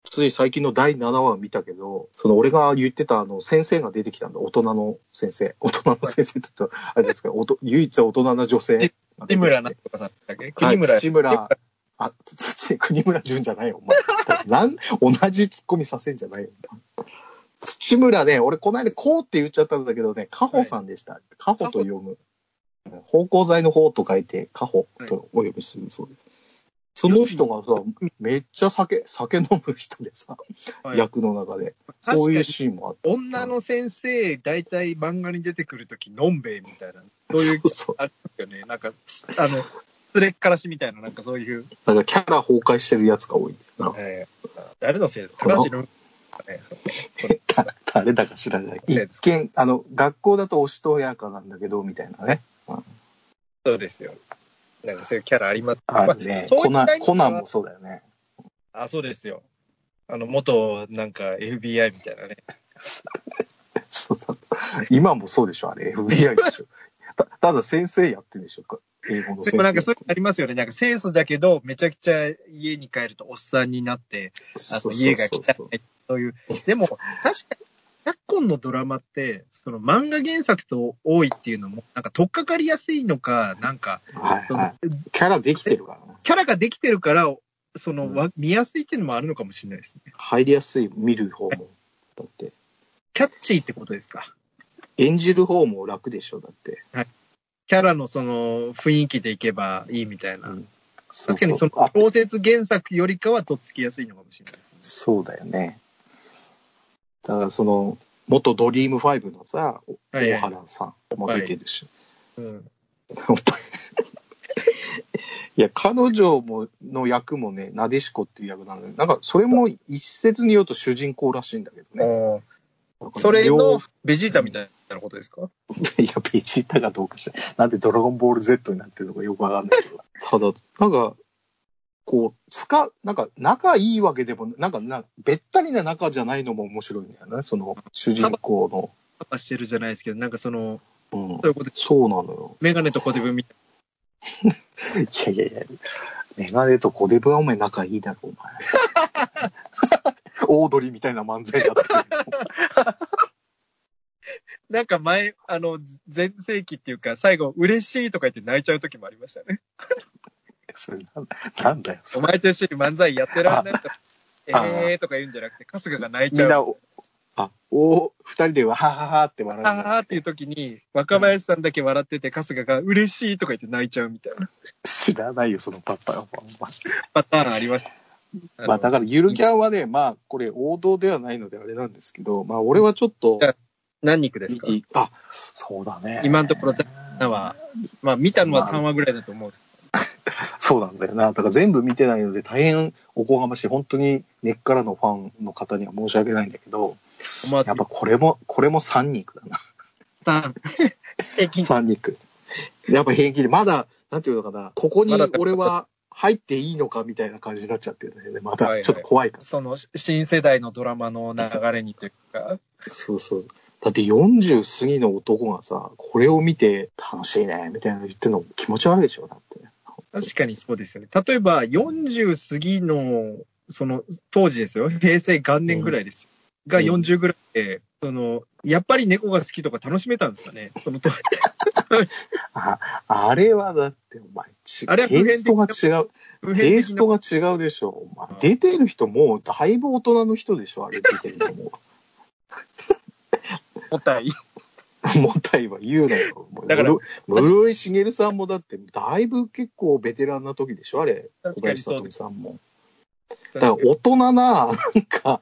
[SPEAKER 2] つい最近の第7話見たけど、その俺が言ってたあの先生が出てきたんだ、大人の先生。大人の先生って言うと、あれですけど、おと唯一大人な女性。
[SPEAKER 3] 木村なんとかさんだっけ
[SPEAKER 2] はい
[SPEAKER 3] 国村。
[SPEAKER 2] 土村、あ、土、国村淳じゃないよ、お
[SPEAKER 3] [LAUGHS]
[SPEAKER 2] 前。なん、同じツッコミさせんじゃないよ。土村ね、俺この間こうって言っちゃったんだけどね、カホさんでした。カホと読む。方向剤の方と書いて、カホとお呼びするそうです。その人がさ、めっちゃ酒、酒飲む人でさ、
[SPEAKER 3] はい
[SPEAKER 2] 役の中で。
[SPEAKER 3] 確
[SPEAKER 2] そう
[SPEAKER 3] か
[SPEAKER 2] いう
[SPEAKER 3] に
[SPEAKER 2] シーンもあった。
[SPEAKER 3] 女の先生、大体漫画に出てくるとき、のんべえみたいな、そう [LAUGHS] いう
[SPEAKER 2] そうそう。
[SPEAKER 3] あれですよね。なんか、あの、すれっからしみたいな、なんかそういう。
[SPEAKER 2] だからキャラ崩壊してるやつが多いんだよな。
[SPEAKER 3] えー誰のせいです高橋の、ね、
[SPEAKER 2] だ誰だか知らない。
[SPEAKER 3] そう
[SPEAKER 2] 一
[SPEAKER 3] です
[SPEAKER 2] 見、あの、学校だとおしとやかなんだけど、みたいなね。
[SPEAKER 3] そうですよ。なんかそういうキャラあります。
[SPEAKER 2] あ
[SPEAKER 3] ま
[SPEAKER 2] るね。
[SPEAKER 3] そういう
[SPEAKER 2] コナン
[SPEAKER 3] 時代には
[SPEAKER 2] コナンもそうだよね。 [LAUGHS]
[SPEAKER 3] あ、あそうですよ。あの、元、なんか FBI みたいなね。
[SPEAKER 2] そうそう今もそうでしょ、あれ。FBI で
[SPEAKER 3] [LAUGHS]
[SPEAKER 2] しょ。たただ先生やってるでしょ、英語の先
[SPEAKER 3] で
[SPEAKER 2] 生。
[SPEAKER 3] もなんかそういうのありますよね。なんか清楚だけど、めちゃくちゃ家に帰るとおっさんになって、あ
[SPEAKER 2] そ
[SPEAKER 3] の
[SPEAKER 2] うそう
[SPEAKER 3] 家
[SPEAKER 2] そ
[SPEAKER 3] が
[SPEAKER 2] う
[SPEAKER 3] 汚いという。でも、確かに、昨今のドラマって、その漫画原作と多いっていうのも、なんか取っかかりやすいのか、なんか、
[SPEAKER 2] はい
[SPEAKER 3] その
[SPEAKER 2] はい。キャラできてるからね。
[SPEAKER 3] キャラができてるから、その、
[SPEAKER 2] うん
[SPEAKER 3] わ見やすいっていうのもあるのかもしれないですね。
[SPEAKER 2] 入りやすい、見る方も。だって。
[SPEAKER 3] キャッチーってことですか。
[SPEAKER 2] 演じる方も楽でしょ、だって。
[SPEAKER 3] キャラのその雰囲気でいけばいいみたいな。
[SPEAKER 2] うん
[SPEAKER 3] 確かにそ
[SPEAKER 2] そうそう
[SPEAKER 3] の
[SPEAKER 2] あ
[SPEAKER 3] 小説原作よりかはとっつきやすいのかもしれないですね。
[SPEAKER 2] そうだよね。だからその、元ドリーム5のさ、
[SPEAKER 3] はい
[SPEAKER 2] 大
[SPEAKER 3] はい
[SPEAKER 2] 原さんも出てるし。
[SPEAKER 3] うん。
[SPEAKER 2] いや、彼女も、の役もね、なでしこっていう役なので、なんか、それも一説によると主人公らしいんだけどね。
[SPEAKER 3] おーそれ
[SPEAKER 2] 両
[SPEAKER 3] のベジータみたいなことですか
[SPEAKER 2] [LAUGHS] いや、ベジータがどうかしら。なんでドラゴンボール Z になってるのかよくわかんないけど。ただ、なんか、こう、つか、なんか、仲いいわけでも、なんか、な、べったりな仲じゃないのも面白いんだよね。その、主人公
[SPEAKER 3] パパしてるじゃないですけど、なんかその、
[SPEAKER 2] の。う
[SPEAKER 3] そ。
[SPEAKER 2] ん
[SPEAKER 3] ういうことで、
[SPEAKER 2] そうなのよ。
[SPEAKER 3] メガネとコデブみたい
[SPEAKER 2] いやいやいや。メガネとコデブはお前仲いいだろ、お前。オードリーみたいな漫才だったけど。
[SPEAKER 3] な。なんか前、あの、前世紀っていうか、最後、嬉しいとか言って泣いちゃう時もありましたね。
[SPEAKER 2] それなんなんだよ、そ
[SPEAKER 3] [LAUGHS] お
[SPEAKER 2] れ
[SPEAKER 3] 前と一緒に漫才やってらんない [LAUGHS] とか、
[SPEAKER 2] あ
[SPEAKER 3] えーとか言うんじゃなくて、春日が泣いち
[SPEAKER 2] み
[SPEAKER 3] ゃ
[SPEAKER 2] ん
[SPEAKER 3] う。
[SPEAKER 2] な、おあ、お、二人でわはははって笑うんじゃなく
[SPEAKER 3] あーっていう時に、若林さんだけ笑ってて、春日が嬉しいとか言って泣いちゃうみたいな
[SPEAKER 2] 知らないよ、そのパパは。
[SPEAKER 3] パターンありました。
[SPEAKER 2] まあ、だから、ゆるキャンはね、まあ、これ、王道ではないのであれなんですけど、まあ、俺はちょっと、
[SPEAKER 3] 何肉です
[SPEAKER 2] 見
[SPEAKER 3] か
[SPEAKER 2] て、あ、そうだね。
[SPEAKER 3] 今のところ第7話。まあ見たのは3話ぐらいだと思うんです
[SPEAKER 2] そうなんだよな。だから、全部見てないので、大変おこがましい。本当に、根っからのファンの方には申し訳ないんだけど、
[SPEAKER 3] けど、思わず
[SPEAKER 2] やっぱ、これも、これも三肉だな。 [LAUGHS]
[SPEAKER 3] 平均
[SPEAKER 2] 三肉。やっぱ、平気で、まだ、なんていうのかな、ここに
[SPEAKER 3] まだ
[SPEAKER 2] 俺は入っていいのかみたいな感じになっちゃってるんだよね。ま
[SPEAKER 3] はいは
[SPEAKER 2] だ、
[SPEAKER 3] い
[SPEAKER 2] ちょっと怖いから。
[SPEAKER 3] その新世代のドラマの流れにというか、
[SPEAKER 2] そうそう。だって40過ぎの男がさ、これを見て楽しいね、みたいなの言ってるの気持ち悪いでしょ、だって。
[SPEAKER 3] 確かにそうですよね。例えば40過ぎの、その当時ですよ、平成元年ぐらいですよ。が
[SPEAKER 2] うん
[SPEAKER 3] 40ぐらいで、その、やっぱり猫が好きとか楽しめたんですかねその当時
[SPEAKER 2] あ、あれはだって、お前、ち
[SPEAKER 3] あれは普
[SPEAKER 2] テ
[SPEAKER 3] 遍
[SPEAKER 2] イストが違う。
[SPEAKER 3] 普遍的
[SPEAKER 2] テ
[SPEAKER 3] な
[SPEAKER 2] イストが違うでしょ、お前。出てる人も、だいぶ大人の人でしょ、あれ出てるのも。
[SPEAKER 3] 重たい。
[SPEAKER 2] [LAUGHS] もったいは言うなよ。もう
[SPEAKER 3] だから
[SPEAKER 2] 室室井茂さんもだって、だいぶ結構ベテランな時でしょ、あれ。
[SPEAKER 3] 確か
[SPEAKER 2] 小
[SPEAKER 3] に
[SPEAKER 2] 林
[SPEAKER 3] そうで
[SPEAKER 2] 聡
[SPEAKER 3] す。
[SPEAKER 2] さんも。だから大人な、なんか、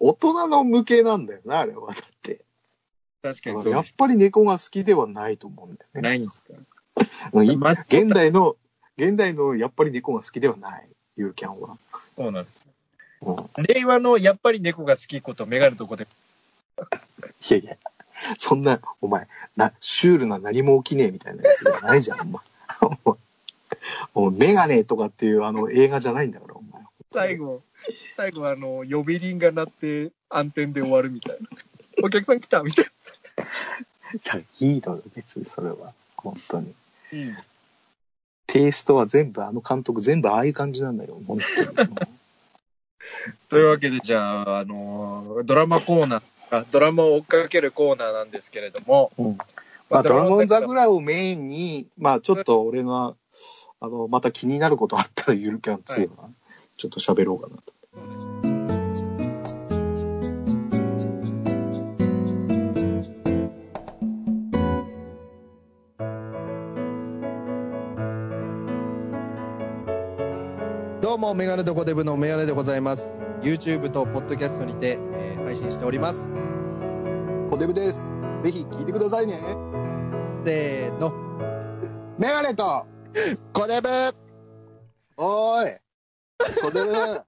[SPEAKER 2] 大人の向けなんだよな、あれは。だって。
[SPEAKER 3] 確かにそ
[SPEAKER 2] や
[SPEAKER 3] う
[SPEAKER 2] っ
[SPEAKER 3] です。
[SPEAKER 2] ぱり猫が好きではないと思うんだよね。
[SPEAKER 3] ないんですか
[SPEAKER 2] い
[SPEAKER 3] ま
[SPEAKER 2] 現代の、現代のやっぱり猫が好きではない、ユーキャンは。
[SPEAKER 3] そうなんです。
[SPEAKER 2] うん、い
[SPEAKER 3] 令和のやっぱり猫が好きことメガネとこで。
[SPEAKER 2] やいや、そんな、お前、な、シュールな何も起きねえみたいなやつじゃないじゃん、お前。お前お前メガネとかっていうあの映画じゃないんだから、お前。
[SPEAKER 3] 最後、最後あの、呼び鈴が鳴って暗転で終わるみたいな。お客さん来たみたい
[SPEAKER 2] いやいいだろ、別にそれは。本当に。
[SPEAKER 3] な。いいです。
[SPEAKER 2] テイストは全部、あの監督全部ああいう感じなんだよ、本当に。
[SPEAKER 3] というわけで、じゃあ、あの、ドラマコーナー。あドラマを追っかけるコーナーなんですけれども、
[SPEAKER 2] うんまあ、ドラゴン桜をメインに、まあ、ちょっと俺が、あの、また気になることあったら、ゆるキャン2は、ちょっと喋ろうかなと。
[SPEAKER 3] どうもメガネとコデブのメガネでございます YouTube とポッドキャストにて、配信しております
[SPEAKER 2] コデブです。ぜひ聞いてくださいね。
[SPEAKER 3] せーの
[SPEAKER 2] メガネと、
[SPEAKER 3] コデブ
[SPEAKER 2] おーい、コデブ。